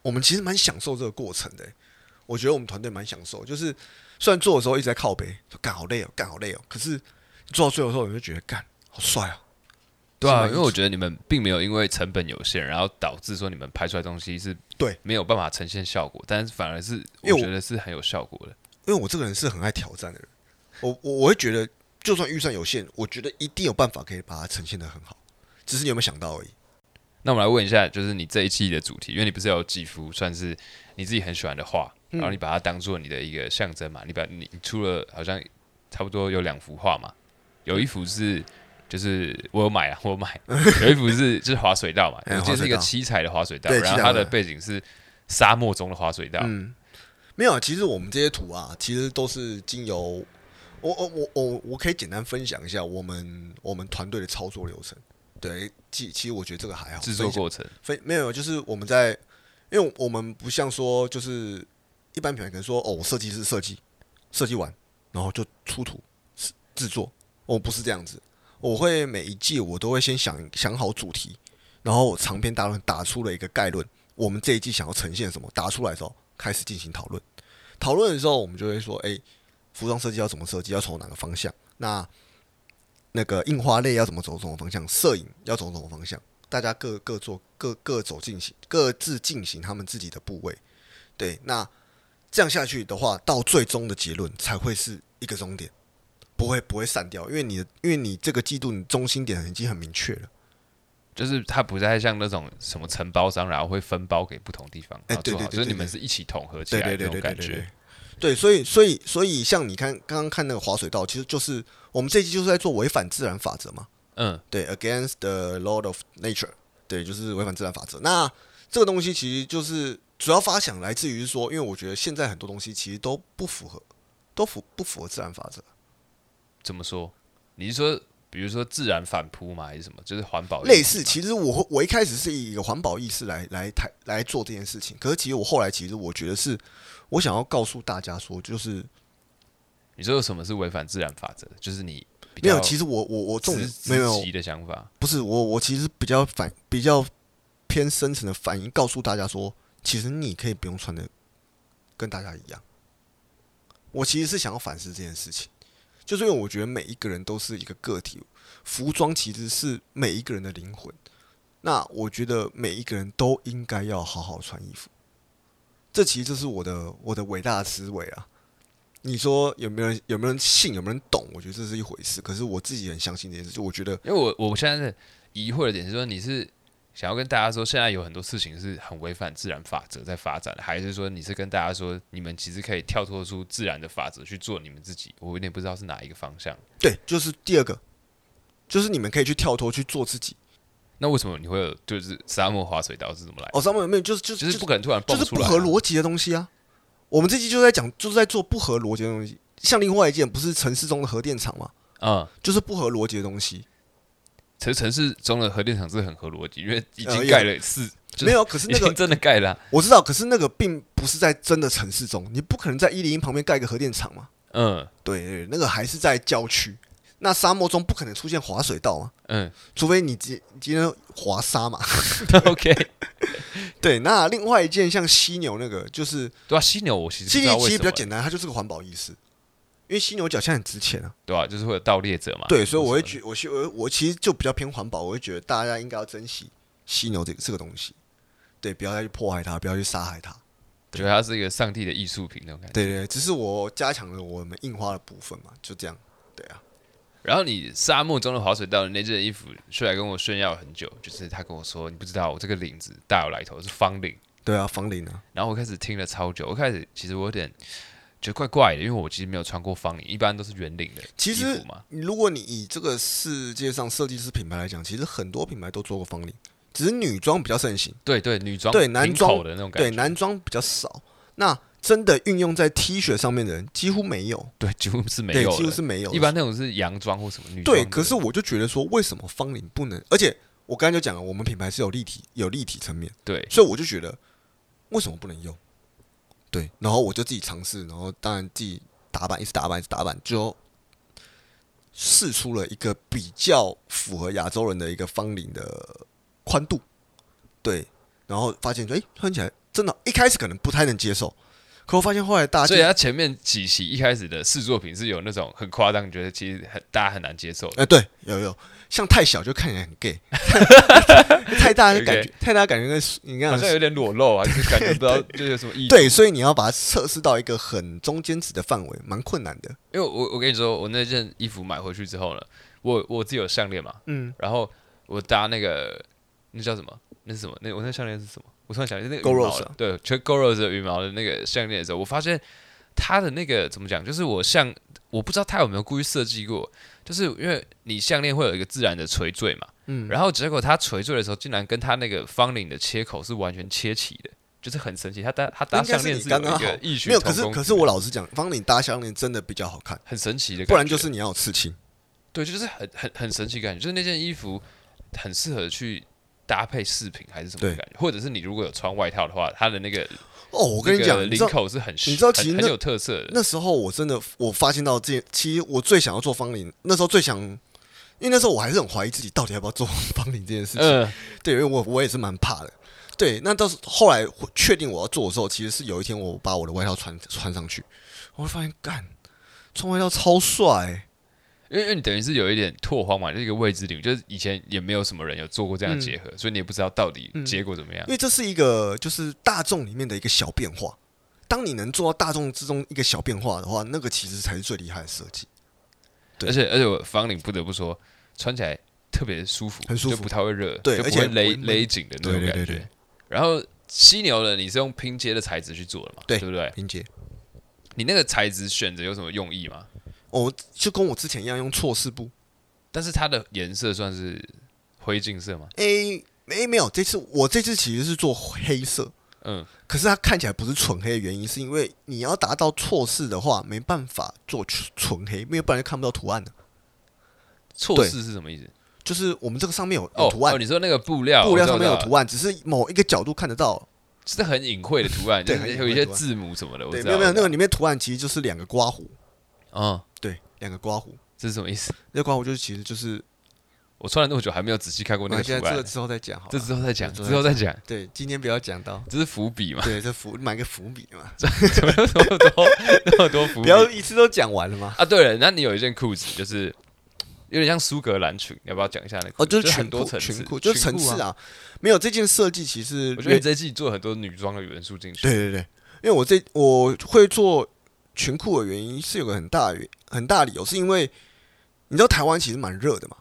Speaker 2: 我们其实蛮享受这个过程的欸、我觉得我们团队蛮享受，就是虽然做的时候一直在靠背，说干好累哦，干好累哦，可是做到最后的时候，你就觉得干好帅啊。
Speaker 1: 对啊，
Speaker 2: 是蛮
Speaker 1: 因为我觉得你们并没有因为成本有限，然后导致说你们拍出来的东西是
Speaker 2: 对
Speaker 1: 没有办法呈现效果，但是反而是我
Speaker 2: 因为我
Speaker 1: 觉得是很有效果的。
Speaker 2: 因为我这个人是很爱挑战的人，我我我会觉得，就算预算有限，我觉得一定有办法可以把它呈现的很好，只是你有没有想到而已。
Speaker 1: 那我们来问一下，就是你这一季的主题，因为你不是有几幅算是你自己很喜欢的画，
Speaker 2: 嗯
Speaker 1: 然后你把它当做你的一个象征嘛？你把你你出了好像差不多有两幅画嘛，有一幅是就是我有买啊，我 有买，有一幅是就是滑水道嘛，
Speaker 2: 哎
Speaker 1: 我记得是一个
Speaker 2: 滑水道
Speaker 1: 七彩的滑水道，
Speaker 2: 对
Speaker 1: 然
Speaker 2: 七
Speaker 1: 后
Speaker 2: 彩
Speaker 1: 它
Speaker 2: 滑
Speaker 1: 的
Speaker 2: 水道
Speaker 1: 背景是沙漠中的滑水道，
Speaker 2: 嗯，没有啊，其实我们这些图啊，其实都是经由我我我我我可以简单分享一下我们我们团队的操作流程。对，其其实我觉得这个还好，
Speaker 1: 制作过程。
Speaker 2: 分没有，就是我们在，因为我们不像说就是一般品牌可能说哦，我设计师设计，设计完然后就出图制制作，我、不是这样子，我会每一季我都会先想想好主题，然后我长篇大论打出了一个概论，我们这一季想要呈现什么，打出来之后开始进行讨论，讨论的时候我们就会说，哎、服装设计要怎么设计，要从哪个方向，那。那个印花类要怎么走什么方向，摄影要走什么方向，大家各各做各各走进行，各自进行他们自己的部位。对，那这样下去的话，到最终的结论才会是一个终点，不会不会散掉，因为你的因为你这个季度你中心点已经很明确了。
Speaker 1: 就是它不再像那种什么承包商，然后会分包给不同地方，
Speaker 2: 哎
Speaker 1: 然后做好，
Speaker 2: 对对对
Speaker 1: 就是你
Speaker 2: 对
Speaker 1: 们是一起统合起
Speaker 2: 对
Speaker 1: 来的
Speaker 2: 对对
Speaker 1: 那种
Speaker 2: 对
Speaker 1: 感
Speaker 2: 对对
Speaker 1: 觉
Speaker 2: 对。。对，所以所以所以，像你看刚刚看那个滑水道，其实就是我们这一季就是在做违反自然法则嘛。
Speaker 1: 嗯，
Speaker 2: 对，against the law of nature，对，就是违反自然法则。那这个东西其实就是主要发想来自于说，因为我觉得现在很多东西其实都不符合，都符不符合自然法则。
Speaker 1: 怎么说？你是说，比如说自然反扑嘛，还是什么？哦就是环保
Speaker 2: 类似，
Speaker 1: 议题
Speaker 2: 其实我我一开始是以一个环保意识来来谈来做这件事情，可是其实我后来其实我觉得是我想要告诉大家说，就是
Speaker 1: 嘛。你说有什么是违反自然法则的？就是你比
Speaker 2: 没
Speaker 1: 较
Speaker 2: 有，其实我我我重
Speaker 1: 直
Speaker 2: 点
Speaker 1: 直
Speaker 2: 没有
Speaker 1: 击的想法。
Speaker 2: 不是我，我其实比较反比较偏深层的反应，告诉大家说，其实你可以不用穿的跟大家一样。我其实是想要反思这件事情，就是因为我觉得每一个人都是一个个体，服装其实是每一个人的灵魂。那我觉得每一个人都应该要好好穿衣服，这其实就是我的我的伟大的思维啊。你说有没有人有没有人信有没有人懂？我觉得这是一回事。可是我自己很相信这件事，就我觉得
Speaker 1: 因为我我现在的疑惑的点是说，你是想要跟大家说，现在有很多事情是很违反自然法则在发展的，还是说你是跟大家说，你们其实可以跳脱出自然的法则去做你们自己？我有点不知道是哪一个方向。
Speaker 2: 对，就是第二个，就是你们可以去跳脱去做自己。
Speaker 1: 那为什么你会有就是沙漠滑水道是怎么来的？
Speaker 2: 哦，上面有没有就是就是
Speaker 1: 就是不可能突然
Speaker 2: 就
Speaker 1: 蹦
Speaker 2: 是
Speaker 1: 出
Speaker 2: 不
Speaker 1: 来啊、
Speaker 2: 合逻辑的东西啊。我们这期就在讲，就是在做不合逻辑的东西。像另外一件，不是城市中的核电厂嘛，
Speaker 1: 嗯，
Speaker 2: 就是不合逻辑的东西。
Speaker 1: 城城市中的核电厂是很合逻辑，因为已
Speaker 2: 呃
Speaker 1: 经
Speaker 2: 也
Speaker 1: 盖了四，就是
Speaker 2: 没有， 可是那
Speaker 1: 已经
Speaker 2: 个
Speaker 1: 真的盖了啊、
Speaker 2: 我知道，可是那个并不是在真的城市中，你不可能在一零一旁边盖一个核电厂嘛。
Speaker 1: 嗯
Speaker 2: 对对，对那个还是在郊区。那沙漠中不可能出现滑水道嘛，
Speaker 1: 嗯
Speaker 2: 除非你今今天滑沙嘛。
Speaker 1: ，OK，
Speaker 2: 对，那另外一件像犀牛那个，就是
Speaker 1: 对啊，犀牛我其实不
Speaker 2: 犀
Speaker 1: 知道为
Speaker 2: 牛其
Speaker 1: 什
Speaker 2: 实比
Speaker 1: 么
Speaker 2: 较，简单，它就是个环保意识，因为犀牛角现在很值钱啊。
Speaker 1: 对啊，就是会有盗猎者嘛，
Speaker 2: 对，所以我会
Speaker 1: 或者什么
Speaker 2: 觉，我其我我其实就比较偏环保，我会觉得大家应该要珍惜犀牛这个这个东西，对，不要再去迫害它，不要去杀害它。
Speaker 1: 的觉得它是一个上帝的艺术品那种感觉。
Speaker 2: 对对，对只是我加强了我们印花的部分嘛，就这样。对啊，
Speaker 1: 然后你沙漠中的滑水道的那件衣服，虽然跟我炫耀很久，就是他跟我说你不知道我这个领子大有来头，是方领。
Speaker 2: 对啊，房龄啊，
Speaker 1: 然后我开始听了超久，我开始其实我有点觉得怪怪的，因为我其实没有穿过方领，一般都是圆领的
Speaker 2: 其
Speaker 1: 衣
Speaker 2: 实
Speaker 1: 服嘛。
Speaker 2: 如果你以这个世界上设计师品牌来讲，其实很多品牌都做过房龄，只是女装比较盛行，
Speaker 1: 对对，女装
Speaker 2: 对男
Speaker 1: 平
Speaker 2: 装
Speaker 1: 口的那种感觉，
Speaker 2: 对男装比较少。那真的运用在 T 恤上面的人几乎没有，
Speaker 1: 对几乎是没
Speaker 2: 对，
Speaker 1: 有
Speaker 2: 几乎
Speaker 1: 的。
Speaker 2: 是没有的。
Speaker 1: 一般那种是洋装或什么女装
Speaker 2: 对，
Speaker 1: 的。
Speaker 2: 可是我就觉得说，为什么方领不能？而且我刚才就讲了，我们品牌是有立体有立体层面，
Speaker 1: 对
Speaker 2: 所以我就觉得为什么不能用？对，然后我就自己尝试，然后当然自己打版，一直打版，一直打版，就试出了一个比较符合亚洲人的一个方领的宽度。对，然后发现说，哎、穿起来真的，一开始可能不太能接受，可我发现后来大家
Speaker 1: 所
Speaker 2: 就
Speaker 1: 以他前面几期一开始的试作品是有那种很夸张，觉得其实很大家很难接受的。
Speaker 2: 哎、对，有有，像太小就看起来很 gay，太大的感觉
Speaker 1: OK
Speaker 2: 太大的感觉跟你看
Speaker 1: 好像有点裸露啊，就是感觉不知道这有什么意义。
Speaker 2: 对，所以你要把它测试到一个很中间值的范围，蛮困难的。
Speaker 1: 因为我我跟你说，我那件衣服买回去之后呢，我我自己有项链嘛，
Speaker 2: 嗯，
Speaker 1: 然后我搭那个那叫什么？那是什么？那我那项链是什么？我突然想起来那个
Speaker 2: Gold
Speaker 1: 羽毛
Speaker 2: Rose
Speaker 1: 的
Speaker 2: 啊
Speaker 1: 对，全 g o r o s 羽毛的那个项链的时候，我发现它的那个怎么讲，就是我像我不知道他有没有故意设计过，就是因为你项链会有一个自然的垂坠嘛，
Speaker 2: 嗯
Speaker 1: 然后结果它垂坠的时候，竟然跟它那个方领的切口是完全切齐的，就是很神奇。它搭它搭
Speaker 2: 应该
Speaker 1: 项
Speaker 2: 是
Speaker 1: 链
Speaker 2: 你
Speaker 1: 是有
Speaker 2: 刚
Speaker 1: 一
Speaker 2: 刚好
Speaker 1: 个异，曲
Speaker 2: 没有。可
Speaker 1: 同
Speaker 2: 是
Speaker 1: 工
Speaker 2: 可
Speaker 1: 之
Speaker 2: 是我
Speaker 1: 妙
Speaker 2: 老实讲，帮你搭项链真的比较好看，
Speaker 1: 很神奇的感觉，
Speaker 2: 不然就是你要有刺青。
Speaker 1: 对，就是很很很神奇的感觉，就是那件衣服很适合去搭配饰品还是什么的
Speaker 2: 对
Speaker 1: 感觉，或者是你如果有穿外套的话，它的那个
Speaker 2: 哦，我跟你
Speaker 1: 那
Speaker 2: 讲，
Speaker 1: 个
Speaker 2: 你
Speaker 1: 领
Speaker 2: 知道
Speaker 1: 口是很
Speaker 2: 你知道其实
Speaker 1: 很
Speaker 2: 那
Speaker 1: 很有特色的，
Speaker 2: 那时候我真的我发现到这件，其实我最想要做方领，那时候最想，因为那时候我还是很怀疑自己到底要不要做方领这件事情。
Speaker 1: 嗯、
Speaker 2: 对，因为我我也是蛮怕的。对，那到时后来我确定我要做的时候，其实是有一天我把我的外套穿穿上去，我会发现，干，穿外套超帅、
Speaker 1: 因为因为你等于是有一点拓荒嘛，就是一个未知领域，就是以前也没有什么人有做过这样的结合，所以你也不知道到底结果怎么样。
Speaker 2: 因为这是一个就是大众里面的一个小变化。当你能做到大众之中一个小变化的话，那个其实才是最厉害的设计。对
Speaker 1: 而且而且我方领不得不说，穿起来特别舒服，
Speaker 2: 很舒服
Speaker 1: 就不太会热，
Speaker 2: 对
Speaker 1: 就不
Speaker 2: 而且
Speaker 1: 会勒
Speaker 2: 不会闷
Speaker 1: 勒紧的那种
Speaker 2: 对对
Speaker 1: 感觉。
Speaker 2: 对对
Speaker 1: 然后犀牛的你是用拼接的材质去做的嘛，
Speaker 2: 对
Speaker 1: 对不对？
Speaker 2: 林杰，
Speaker 1: 你那个材质选择有什么用意吗？
Speaker 2: 哦，就跟我之前一样用错事布。
Speaker 1: 但是它的颜色算是灰烬色吗？
Speaker 2: 诶诶，没有，这次我这次其实是做黑色，
Speaker 1: 嗯，
Speaker 2: 可是它看起来不是纯黑的原因，是因为你要达到错事的话，没办法做纯纯黑，因为不然就看不到图案了。
Speaker 1: 错
Speaker 2: 对
Speaker 1: 视是什么意思？
Speaker 2: 就是我们这个上面有
Speaker 1: 哦
Speaker 2: 有图案
Speaker 1: 哦，，你说那个布料，
Speaker 2: 布料上面有
Speaker 1: 我知
Speaker 2: 图
Speaker 1: 道了，
Speaker 2: 案，只是某一个角度看得到。
Speaker 1: 是很隐晦的图案，就
Speaker 2: 对
Speaker 1: 是
Speaker 2: 很隐
Speaker 1: 有一
Speaker 2: 晦
Speaker 1: 些
Speaker 2: 的图案
Speaker 1: 字母什么的，我
Speaker 2: 对，
Speaker 1: 知
Speaker 2: 没
Speaker 1: 道。
Speaker 2: 有没有，
Speaker 1: 我
Speaker 2: 那
Speaker 1: 知道
Speaker 2: 个，里面图案其实就是两个刮胡，
Speaker 1: 嗯，
Speaker 2: 对，两个刮胡。
Speaker 1: 这是什么意思？
Speaker 2: 那刮胡就是其实就是
Speaker 1: 我穿了那么久还没有仔细看过那
Speaker 2: 那
Speaker 1: 个
Speaker 2: 哦现
Speaker 1: 图
Speaker 2: 在这个
Speaker 1: 案，
Speaker 2: 之后再讲好
Speaker 1: 这
Speaker 2: 了。
Speaker 1: 之后再讲，
Speaker 2: 这
Speaker 1: 之
Speaker 2: 之后
Speaker 1: 后再讲，。
Speaker 2: 对，今天不要讲到
Speaker 1: 这是伏笔嘛？
Speaker 2: 对，这伏埋个伏笔嘛，
Speaker 1: 怎么有这么多那么多伏
Speaker 2: 不
Speaker 1: 笔？
Speaker 2: 要一次都讲完了嘛。
Speaker 1: 啊！对了，那你有一件裤子，就是有点像苏格兰裙，你要不要讲一下那个？
Speaker 2: 哦，就是
Speaker 1: 很
Speaker 2: 全
Speaker 1: 多
Speaker 2: 裤，
Speaker 1: 层次
Speaker 2: 全裤就是层次。啊。没有这件设计，其实
Speaker 1: 我觉得你这一季做很多女装的元素进去，
Speaker 2: 对对对，因为我这我会做裙裤的原因是有个很大的原很大的理由，是因为你知道台湾其实蛮热的嘛，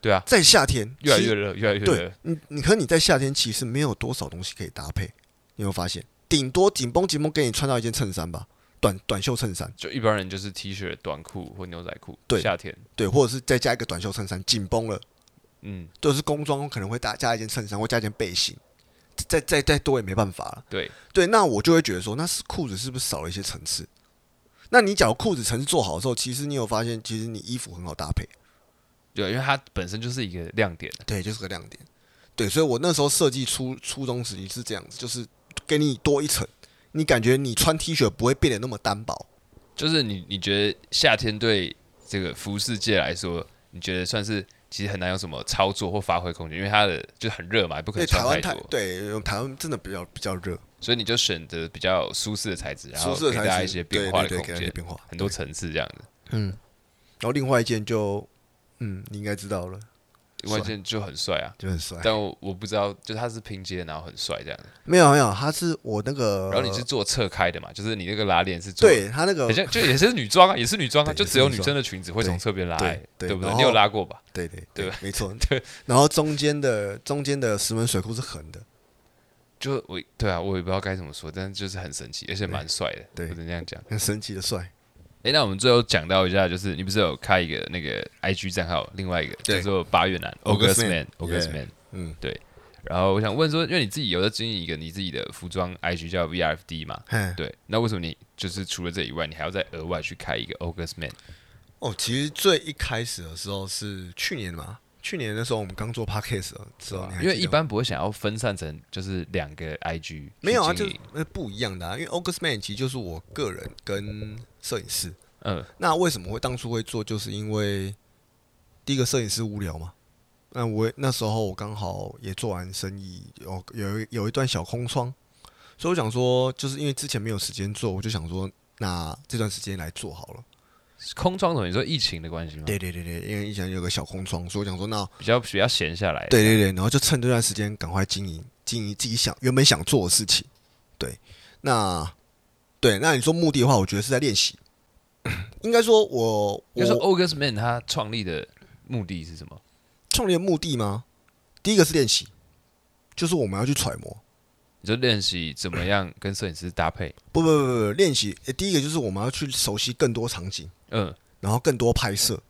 Speaker 1: 对啊，
Speaker 2: 在夏天
Speaker 1: 越来
Speaker 2: 其实
Speaker 1: 越热，越来越热
Speaker 2: 对。你，你可你在夏天其实没有多少东西可以搭配，你有没有发现？顶多紧绷紧绷给你穿到一件衬衫吧，短短袖衬衫，
Speaker 1: 就一般人就是 T 恤、短裤或牛仔裤，
Speaker 2: 对
Speaker 1: 夏天，
Speaker 2: 对，或者是再加一个短袖衬衫，紧绷了，
Speaker 1: 嗯，
Speaker 2: 就是工装可能会搭加一件衬衫或加一件背心，再再再多也没办法了。
Speaker 1: 对，
Speaker 2: 对，那我就会觉得说，那是裤子是不是少了一些层次？那你假如裤子层次做好的时候，其实你有发现，其实你衣服很好搭配，
Speaker 1: 对，因为它本身就是一个亮点，
Speaker 2: 对，就是个亮点。对，所以我那时候设计初初衷时期是这样子，就是给你多一层，你感觉你穿 T 恤不会变得那么单薄。
Speaker 1: 就是你你觉得夏天对这个服饰界来说，你觉得算是其实很难有什么操作或发挥空间，因为它的就很热嘛，也不可
Speaker 2: 对，
Speaker 1: 能
Speaker 2: 台
Speaker 1: 穿
Speaker 2: 湾
Speaker 1: 太
Speaker 2: 太
Speaker 1: 多，
Speaker 2: 对台湾真的比较比较热，
Speaker 1: 所以你就选择比较舒适的材质，然后
Speaker 2: 舒适
Speaker 1: 给
Speaker 2: 的
Speaker 1: 大
Speaker 2: 材
Speaker 1: 家
Speaker 2: 质
Speaker 1: 一些
Speaker 2: 对
Speaker 1: 变化
Speaker 2: 对
Speaker 1: 的
Speaker 2: 对
Speaker 1: 空
Speaker 2: 给大家
Speaker 1: 间，
Speaker 2: 变化
Speaker 1: 很多层次这样子。
Speaker 2: 嗯，然后另外一件就嗯，你应该知道了，
Speaker 1: 另外一件就很帅啊，
Speaker 2: 就很帅。
Speaker 1: 但我我不知道，就他是拼接，然后很帅这样子。
Speaker 2: 没有没有，他是我那个，
Speaker 1: 然后你是做侧开的嘛，就是你那个拉链是做，
Speaker 2: 对他那个
Speaker 1: 很像就也是女装啊，也是女装啊，
Speaker 2: 对
Speaker 1: 就
Speaker 2: 也是
Speaker 1: 只有
Speaker 2: 女
Speaker 1: 女
Speaker 2: 装
Speaker 1: 生的裙子会从侧边拉，
Speaker 2: 对
Speaker 1: 哎
Speaker 2: 对
Speaker 1: 对不对？
Speaker 2: 然
Speaker 1: 你有
Speaker 2: 后
Speaker 1: 拉过吧？
Speaker 2: 对对
Speaker 1: 对
Speaker 2: 对
Speaker 1: 吧，
Speaker 2: 没错
Speaker 1: 对。
Speaker 2: 然后中间的中间的石门水库是横的，
Speaker 1: 就我对啊，我也不知道该怎么说，但是就是很神奇，而且蛮帅的，
Speaker 2: 对
Speaker 1: 不能这样讲。
Speaker 2: 很神奇的帅。
Speaker 1: 哎，那我们最后讲到一下，就是你不是有开一个那个 IG 账号，另外一个叫
Speaker 2: 对
Speaker 1: 做八月男
Speaker 2: August
Speaker 1: August Man
Speaker 2: Man，
Speaker 1: August Man，
Speaker 2: 嗯，
Speaker 1: 然后我想问说，因为你自己有在经营一个你自己的服装 IG 叫 VRFD 嘛？
Speaker 2: 嘿
Speaker 1: 对，那为什么你就是除了这以外，你还要再额外去开一个 August Man？
Speaker 2: 哦，其实最一开始的时候是去年嘛，去年的时候我们刚做 podcast 的时候，你还
Speaker 1: 因为
Speaker 2: 记
Speaker 1: 一
Speaker 2: 得吗
Speaker 1: 般不会想要分散成就是两个 IG，
Speaker 2: 没有啊，
Speaker 1: 去
Speaker 2: 就
Speaker 1: 经
Speaker 2: 是
Speaker 1: 营
Speaker 2: 呃不一样的啊。因为 August Man 其实就是我个人跟摄影师。
Speaker 1: 嗯，
Speaker 2: 那为什么会当初会做，就是因为第一个摄影师无聊嘛。那我那时候我刚好也做完生意，有有一有一段小空窗，所以我想说，就是因为之前没有时间做，我就想说，那这段时间来做好了。
Speaker 1: 空窗总你说疫情的关系吗？
Speaker 2: 对对对对，因为以前有个小空窗，所以我想说，那
Speaker 1: 比较比较闲下来。
Speaker 2: 对对对，然后就趁这段时间赶快经营经营自己想原本想做的事情。对，那对，那你说目的的话，我觉得是在练习。 应该说我，我
Speaker 1: 就是 August Man 他创立的目的是什么？
Speaker 2: 创立的目的吗？第一个是练习，就是我们要去揣摩。
Speaker 1: 你就练习怎么样跟摄影师搭配。
Speaker 2: 不不不不不，练习、呃第一个就是我们要去熟悉更多场景，
Speaker 1: 嗯，
Speaker 2: 然后更多拍摄，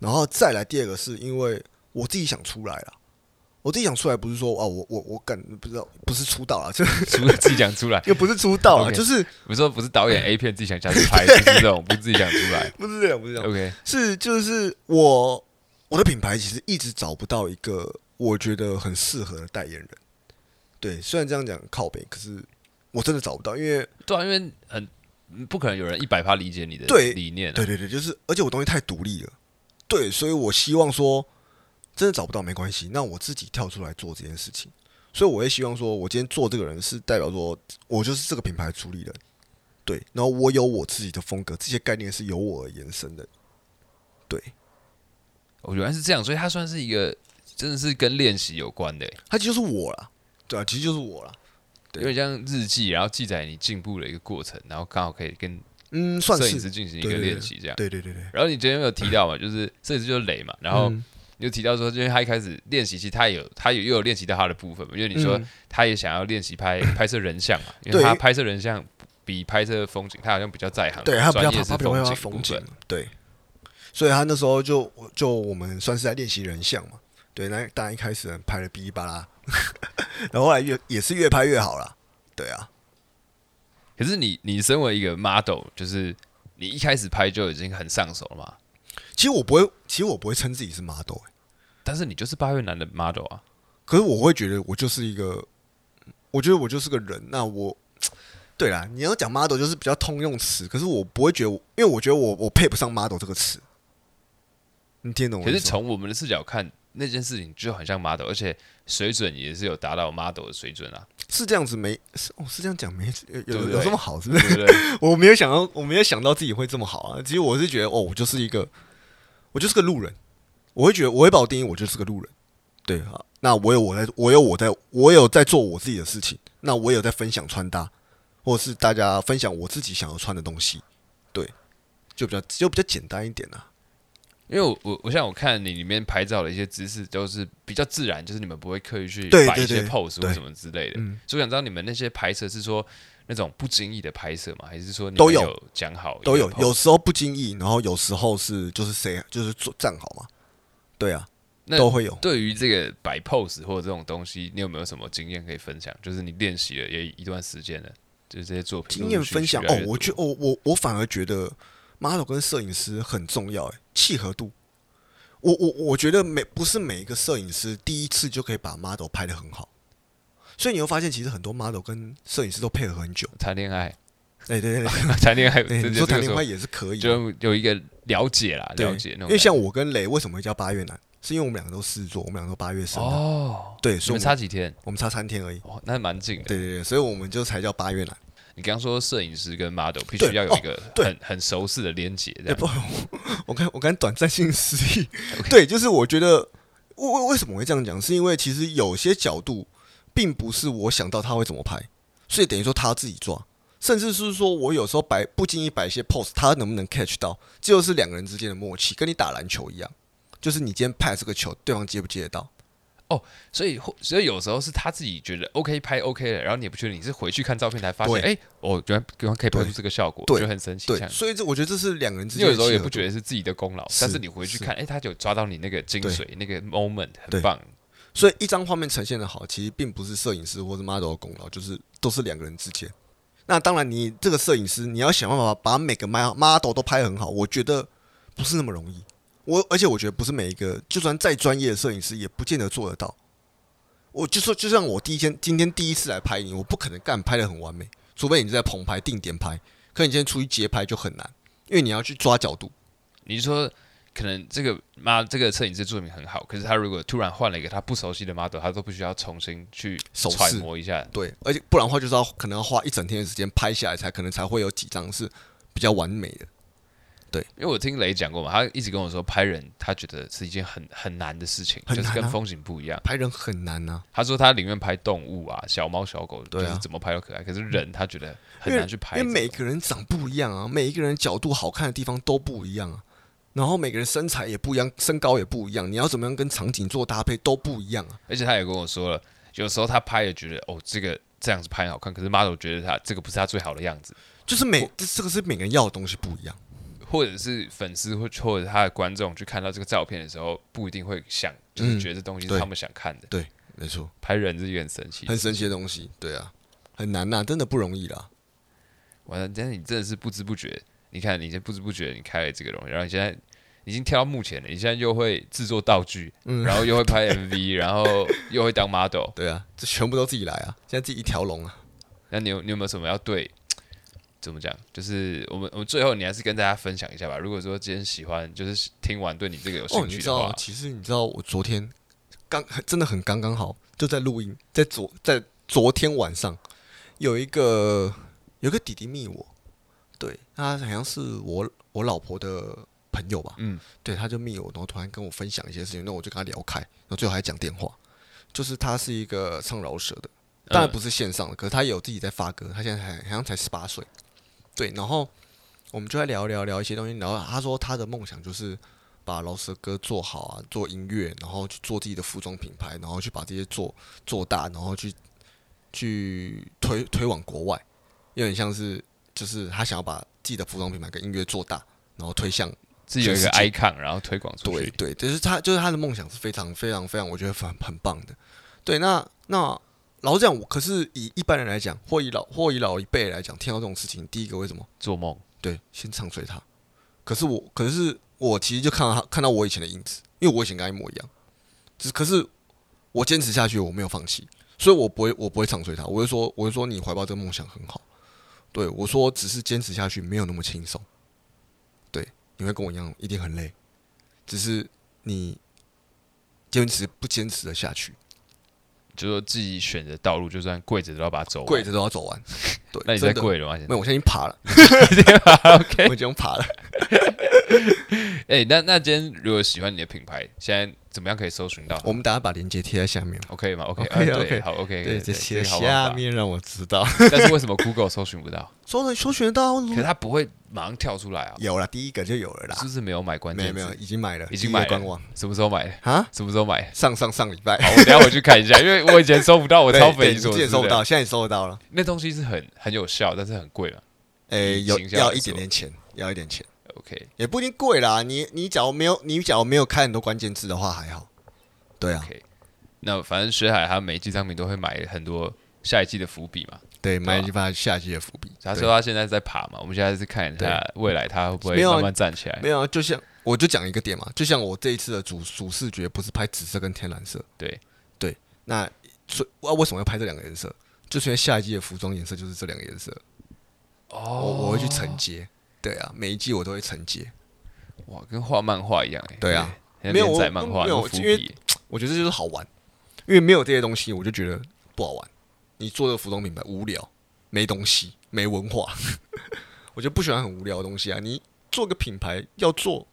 Speaker 2: 然后再来第二个是因为我自己想出来了。我自己想出来，不是说啊，我我我敢不知道，不是出 道了，这，
Speaker 1: 除了自己讲出来
Speaker 2: 又不是出道了
Speaker 1: OK
Speaker 2: 就是
Speaker 1: 我说不是导演 A 片自己想下去拍，不是这种，不是自己想出来。
Speaker 2: 不是这样，不是这样，
Speaker 1: OK，
Speaker 2: 是就是我我的品牌其实一直找不到一个我觉得很适合的代言人。对，虽然这样讲很靠北，可是我真的找不到，因为
Speaker 1: 对啊，因为很不可能有人一百趴理解你的
Speaker 2: 对
Speaker 1: 理念、啊。
Speaker 2: 对对对，就是而且我东西太独立了，对，所以我希望说真的找不到没关系，那我自己跳出来做这件事情。所以我也希望说，我今天做这个人是代表说我就是这个品牌主理人，对，然后我有我自己的风格，这些概念是由我而延伸的，对。
Speaker 1: 我原来是这样，所以他算是一个真的是跟练习有关的、
Speaker 2: 他其实就是我啦，对啊，其实就是我啦，对
Speaker 1: 有点像日记，然后记载你进步的一个过程，然后刚好可以跟
Speaker 2: 嗯，算
Speaker 1: 摄影
Speaker 2: 是，
Speaker 1: 师进行一
Speaker 2: 对
Speaker 1: 个
Speaker 2: 对对
Speaker 1: 练习这样。
Speaker 2: 对对对对，
Speaker 1: 然后你今天有提到嘛，就是摄影师就是雷嘛，然后
Speaker 2: 嗯
Speaker 1: 你就提到说，因为他一开始练习，其实他有他有又有练习到他的部分嘛，因为你说
Speaker 2: 嗯
Speaker 1: 他也想要练习拍拍摄人像嘛，因为
Speaker 2: 对
Speaker 1: 他拍摄人像比拍摄风景，他好像比较在行，
Speaker 2: 对，他比
Speaker 1: 专
Speaker 2: 较
Speaker 1: 业
Speaker 2: 怕
Speaker 1: 是
Speaker 2: 怕比较
Speaker 1: 风
Speaker 2: 怕
Speaker 1: 景
Speaker 2: 风
Speaker 1: 部
Speaker 2: 景
Speaker 1: 分，，
Speaker 2: 对，所以他那时候就就我们算是在练习人像嘛，对，那当然一开始拍的哔哩吧啦， 然后后来越也是越拍越好啦，对啊，
Speaker 1: 可是你你身为一个 model，就是你一开始拍就已经很上手了嘛，
Speaker 2: 其实我不会，其实我不会称自己是 model，、欸、
Speaker 1: 但是你就是八月男的 model 啊，
Speaker 2: 可是我会觉得我就是一个，我觉得我就是个人。那我，对啦，你要讲 model 就是比较通用词，可是我不会觉得我，因为我觉得我我配不上 model 这个词。你听懂我
Speaker 1: 可
Speaker 2: 意
Speaker 1: 是
Speaker 2: 思吗？
Speaker 1: 从我们的视角看，那件事情就很像 model，而且水准也是有达到 model 的水准啊，
Speaker 2: 是这样子没是哦，是这样讲没有
Speaker 1: 对不
Speaker 2: 有
Speaker 1: 对
Speaker 2: 有这么好是不
Speaker 1: 对
Speaker 2: 是？
Speaker 1: 不对？
Speaker 2: 我没有想到，我没有想到自己会这么好啊。其实我是觉得哦，我就是一个，我就是个路人。我会觉得我会把我定义，我就是个路人。对啊，那我有我在，我有我在，我有在做我自己的事情。那我有在分享穿搭，或者是大家分享我自己想要穿的东西。对，就比较就比较简单一点啊啦、
Speaker 1: 因为我我我像我看你里面拍照的一些姿势都是比较自然，就是你们不会刻意去
Speaker 2: 对
Speaker 1: 摆
Speaker 2: 对
Speaker 1: 一些
Speaker 2: 对
Speaker 1: pose 或
Speaker 2: 对
Speaker 1: 什么之类的
Speaker 2: 嗯。
Speaker 1: 所以我想知道你们那些拍摄是说那种不经意的拍摄吗？还是说你
Speaker 2: 都
Speaker 1: 们
Speaker 2: 有
Speaker 1: 有讲好
Speaker 2: 都有，
Speaker 1: 抛
Speaker 2: 有时候不经意，然后有时候是就是谁就是做站好嘛，对啊，
Speaker 1: 那
Speaker 2: 都会有。
Speaker 1: 对于这个摆 pose 或者这种东西，你有没有什么经验可以分享？就是你练习了也一段时间了，就是这些作品
Speaker 2: 经验分享
Speaker 1: 陆陆
Speaker 2: 哦
Speaker 1: 续续，
Speaker 2: 我觉我我我反而觉得 model 跟摄影师很重要，哎，契合度。我我我觉得每不是每一个摄影师第一次就可以把 model 拍的很好，所以你会发现其实很多 model 跟摄影师都配合很久。
Speaker 1: 谈恋爱，
Speaker 2: 哎，对对对
Speaker 1: 谈恋 爱，
Speaker 2: 对，
Speaker 1: 这
Speaker 2: 哎你
Speaker 1: 就这个
Speaker 2: 说谈
Speaker 1: 时
Speaker 2: 恋
Speaker 1: 候
Speaker 2: 爱也是可以的，
Speaker 1: 就有一个了解啦，
Speaker 2: 对
Speaker 1: 了解那种感
Speaker 2: 因
Speaker 1: 觉。
Speaker 2: 为像我跟雷为什么会叫八月男，是因为我们两个都狮子座，我们两个都八月生的，
Speaker 1: 哦，
Speaker 2: 对，
Speaker 1: 你
Speaker 2: 所以
Speaker 1: 们
Speaker 2: 我们
Speaker 1: 差几天？
Speaker 2: 我们差三天而已。
Speaker 1: 哦，那蛮近的。
Speaker 2: 对对对，所以我们就才叫八月男。
Speaker 1: 你刚刚说摄影师跟 model 必
Speaker 2: 对
Speaker 1: 须要有
Speaker 2: 哦
Speaker 1: 一个
Speaker 2: 对
Speaker 1: 很很熟识的连接，这样
Speaker 2: 哎、不，我刚我刚短暂性失忆。对，就是我觉得为为为什么会这样讲，是因为其实有些角度并不是我想到他会怎么拍，所以等于说他自己抓，甚至是说我有时候摆不经意摆一些 pose，他能不能 catch 到，这就是两个人之间的默契，跟你打篮球一样，就是你今天 pass 这个球，对方接不接得到。
Speaker 1: 所以或所以有时候是他自己觉得 OK 拍 OK 了，然后你也不确定，你是回去看照片才发现，
Speaker 2: 对
Speaker 1: 哎，我原来原来可以拍出
Speaker 2: 对
Speaker 1: 这个效果，
Speaker 2: 对
Speaker 1: 就很神奇。这
Speaker 2: 对，
Speaker 1: 样
Speaker 2: 所以这我觉得这是两个人之
Speaker 1: 你
Speaker 2: 间
Speaker 1: 有
Speaker 2: 的
Speaker 1: 时候也
Speaker 2: 契合
Speaker 1: 不
Speaker 2: 度
Speaker 1: 觉得是自己的功劳，
Speaker 2: 是
Speaker 1: 但是你回去看，哎，他有抓到你那个精
Speaker 2: 对
Speaker 1: 髓，那个 moment 很
Speaker 2: 对
Speaker 1: 棒。
Speaker 2: 所以一张画面呈现的好，其实并不是摄影师或是 model 的功劳，就是都是两个人之间。那当然你，这个摄影师你要想办法把每个 mo- model 都拍得很好，我觉得不是那么容易。我而且我觉得不是每一个，就算再专业的摄影师也不见得做得到。我就说，就像我第一天今天第一次来拍你，我不可能干拍得很完美，除非你是在棚拍定点拍，可你今天出去街拍就很难，因为你要去抓角度。
Speaker 1: 你说可能这个妈这个摄影师作品很好，可是他如果突然换了一个他不熟悉的 model，他都必须要重新去
Speaker 2: 手势
Speaker 1: 揣摩一下。
Speaker 2: 对，而且不然的话，就是要可能要花一整天的时间拍下来才，可能才会有几张是比较完美的。
Speaker 1: 因为我听雷讲过嘛，他一直跟我说拍人，他觉得是一件很很难的事情，
Speaker 2: 很
Speaker 1: 就
Speaker 2: 难啊
Speaker 1: 是跟风景不一样。
Speaker 2: 拍人很难呐、
Speaker 1: 他说他宁愿拍动物啊，小猫小狗，
Speaker 2: 对啊
Speaker 1: 就是怎么拍都可爱。可是人他觉得很
Speaker 2: 因
Speaker 1: 难
Speaker 2: 为
Speaker 1: 去拍
Speaker 2: 因
Speaker 1: 这种。
Speaker 2: 为每个人长不一样啊，每一个人角度好看的地方都不一样啊，然后每个人身材也不一样，身高也不一样，你要怎么样跟场景做搭配都不一样啊。
Speaker 1: 而且他也跟我说了，有时候他拍也觉得哦，这个这样子拍很好看，可是 model 觉得他这个不是他最好的样子，
Speaker 2: 就是每这这个是每个人要的东西不一样，
Speaker 1: 或者是粉丝或或者他的观众去看到这个照片的时候，不一定会想，就是
Speaker 2: 嗯
Speaker 1: 觉得这东西是
Speaker 2: 对
Speaker 1: 他们想看的。
Speaker 2: 对，没错，
Speaker 1: 拍人是一个很神奇的
Speaker 2: 很，神奇的东西，对啊，很难呐、真的不容易啦。
Speaker 1: 完了，但是你真的是不知不觉，你看你现在不知不觉你开了这个东西，然后你现在已经跳到目前了，你现在又会制作道具，然后又会拍 MV，然后又会当 model，
Speaker 2: 对啊，这全部都自己来啊，现在自己一条龙啊。
Speaker 1: 那你有你有没有什么要对？怎么讲？就是我们我们最后你还是跟大家分享一下吧。如果说今天喜欢，就是听完对你这个有
Speaker 2: 哦，
Speaker 1: 兴
Speaker 2: 你
Speaker 1: 趣
Speaker 2: 知
Speaker 1: 的话，
Speaker 2: 道，其实你知道，我昨天刚真的很刚刚好，就在录音，在昨在昨天晚上有一个有一个弟弟密我，对，他好像是我我老婆的朋友吧，
Speaker 1: 嗯，
Speaker 2: 对，他就密我，然后突然跟我分享一些事情，那我就跟他聊开，然后最后还讲电话，就是他是一个唱饶舌的，当然
Speaker 1: 嗯
Speaker 2: 不是线上的，可是他有自己在发歌，他现在还好像才十八岁，对，然后我们就在聊聊聊一些东西，然后他说他的梦想就是把饶舌歌做好啊，做音乐，然后去做自己的服装品牌，然后去把这些做做大，然后去去推推往国外，有点像是就是他想要把自己的服装品牌跟音乐做大，然后推向
Speaker 1: 自己有一个
Speaker 2: 全
Speaker 1: icon，然后推广出
Speaker 2: 对
Speaker 1: 去。
Speaker 2: 对，就是他就是他的梦想是非常非常非常，我觉得很很棒的。对，那那老实讲，我可是以一般人来讲，或以老或以老一辈来讲，听到这种事情，第一个为什么？
Speaker 1: 做梦，
Speaker 2: 对，先唱衰他。可是我，可是我其实就看到他看到我以前的影子，因为我以前跟他一模一样。只可是我坚持下去，我没有放弃，所以我不会我不会唱衰他。我会说，我会说你怀抱这个梦想很好。对我说，只是坚持下去没有那么轻松。对，你会跟我一样，一定很累，只是你坚持不坚持的下去，
Speaker 1: 就说自己选择道路，就算跪着都要把它走完。
Speaker 2: 跪着都要走完。对，
Speaker 1: 那你
Speaker 2: 真
Speaker 1: 在
Speaker 2: 的
Speaker 1: 跪了吗？现
Speaker 2: 没
Speaker 1: 在
Speaker 2: 有，我现在已经 爬了，
Speaker 1: OK，
Speaker 2: 我已经爬了。
Speaker 1: 哎、那那今天如果喜欢你的品牌，现在怎么样可以搜寻到
Speaker 2: 我们等下把链接贴在下面。
Speaker 1: ？OK 吗？OK，
Speaker 2: OK，
Speaker 1: 啊
Speaker 2: OK
Speaker 1: 对，好，OK，
Speaker 2: 对，
Speaker 1: 这
Speaker 2: 就
Speaker 1: 个
Speaker 2: 贴
Speaker 1: 好办
Speaker 2: 下
Speaker 1: 法。
Speaker 2: 面 让我知 道。
Speaker 1: 但是为什么 Google 搜寻不到？
Speaker 2: 搜了搜寻得到，
Speaker 1: 可是它不会马上跳出来啊，
Speaker 2: 有了第一个就嗯有了
Speaker 1: 是
Speaker 2: 啦。
Speaker 1: 不是没有买关
Speaker 2: 没
Speaker 1: 键
Speaker 2: 有
Speaker 1: 字？
Speaker 2: 没有，已经买了，
Speaker 1: 已经买了
Speaker 2: 第一个官网
Speaker 1: 什么时候买的？
Speaker 2: 啊，
Speaker 1: 什么时候买的？
Speaker 2: 上上上礼拜，
Speaker 1: 好，我等一下回去看一下，因为我以前搜不到，我
Speaker 2: 对
Speaker 1: 超
Speaker 2: 对
Speaker 1: 匪夷
Speaker 2: 你
Speaker 1: 所
Speaker 2: 之前
Speaker 1: 思
Speaker 2: 搜不
Speaker 1: 的。
Speaker 2: 到，现在搜得到了。
Speaker 1: 那东西是很很有效，但是很贵嘛。
Speaker 2: 诶，
Speaker 1: 以
Speaker 2: 有
Speaker 1: 行销
Speaker 2: 要
Speaker 1: 来
Speaker 2: 一点
Speaker 1: 说
Speaker 2: 点钱，要一点钱，
Speaker 1: OK
Speaker 2: 也不一定贵啦。你你假如没有你假如没有开很多关键字的话，还好。对啊，
Speaker 1: OK，那反正学海他每一季商品都会买很多下一季的伏笔嘛。
Speaker 2: 对，买
Speaker 1: 啊
Speaker 2: 就把下季的伏笔。
Speaker 1: 他
Speaker 2: 对
Speaker 1: 说他现在是在爬嘛，我们现在是看他未来他会不会
Speaker 2: 没有啊
Speaker 1: 慢慢站起来
Speaker 2: 没。有啊，就像我就讲一个点嘛，就像我这一次的主主视觉不是拍紫色跟天蓝色，
Speaker 1: 对
Speaker 2: 对，那所啊为什么要拍这两个颜色？就是因为下一季的服装颜色就是这两个颜色，我
Speaker 1: 哦
Speaker 2: 我会去承接，对啊，每一季我都会承接，
Speaker 1: 哇，跟画漫画一样哎。
Speaker 2: 对啊，
Speaker 1: 很像
Speaker 2: 没有
Speaker 1: 连载
Speaker 2: 我
Speaker 1: 漫画
Speaker 2: 没
Speaker 1: 有
Speaker 2: 有
Speaker 1: 伏
Speaker 2: 因为
Speaker 1: 笔。
Speaker 2: 我觉得这就是好玩，因为没有这些东西，我就觉得不好玩。你做的服装品牌无聊，没东西，没文化， 我就不喜欢很无聊的东西啊。你做个品牌要做，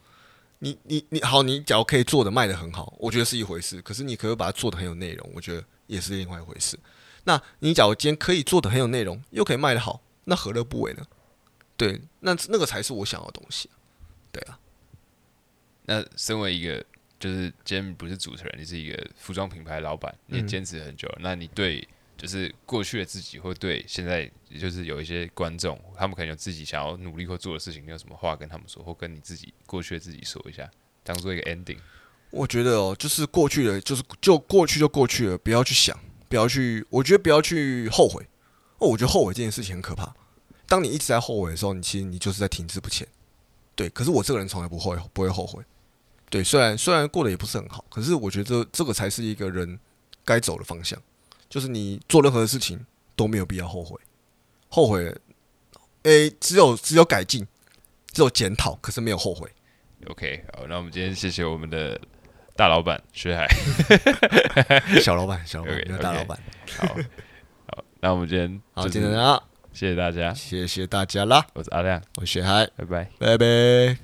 Speaker 2: 你你你好，你假如可以做的卖的很好，我觉得是一回事。可是你可不可以把它做的很有内容，我觉得也是另外一回事。那你假如今天可以做的很有内容，又可以卖的好，那何乐不为呢？对，那那个才是我想要的东西啊。对啊，
Speaker 1: 那身为一个就是今天不是主持人，你是一个服装品牌老板，你
Speaker 2: 嗯
Speaker 1: 也坚持很久了，那你对就是过去的自己，或对现在也就是有一些观众，他们可能有自己想要努力或做的事情，你有什么话跟他们说，或跟你自己过去的自己说一下，当做一个 ending。
Speaker 2: 我觉得哦，就是过去的，就是就过去就过去了，不要去想，不要去，我觉得不要去后悔。哦，我觉得后悔这件事情很可怕。当你一直在后悔的时候，你其实你就是在停滞不前。对，可是我这个人从来不会不会后悔。对，虽然虽然过得也不是很好，可是我觉得这这个才是一个人该走的方向，就是你做任何事情都没有必要后悔。后悔，诶、只有只有改进，只有检讨，可是没有后悔。
Speaker 1: OK，好，那我们今天谢谢我们的大老板薛海，
Speaker 2: 小老板，小老板，
Speaker 1: OK，
Speaker 2: 没有大
Speaker 1: OK
Speaker 2: 老板。
Speaker 1: 好，好，那我们今天
Speaker 2: 好，
Speaker 1: 就
Speaker 2: 今天
Speaker 1: 是
Speaker 2: 啊，
Speaker 1: 谢谢大家，
Speaker 2: 谢谢大家啦，
Speaker 1: 我是阿亮，
Speaker 2: 我是海，
Speaker 1: 拜拜。
Speaker 2: 拜拜。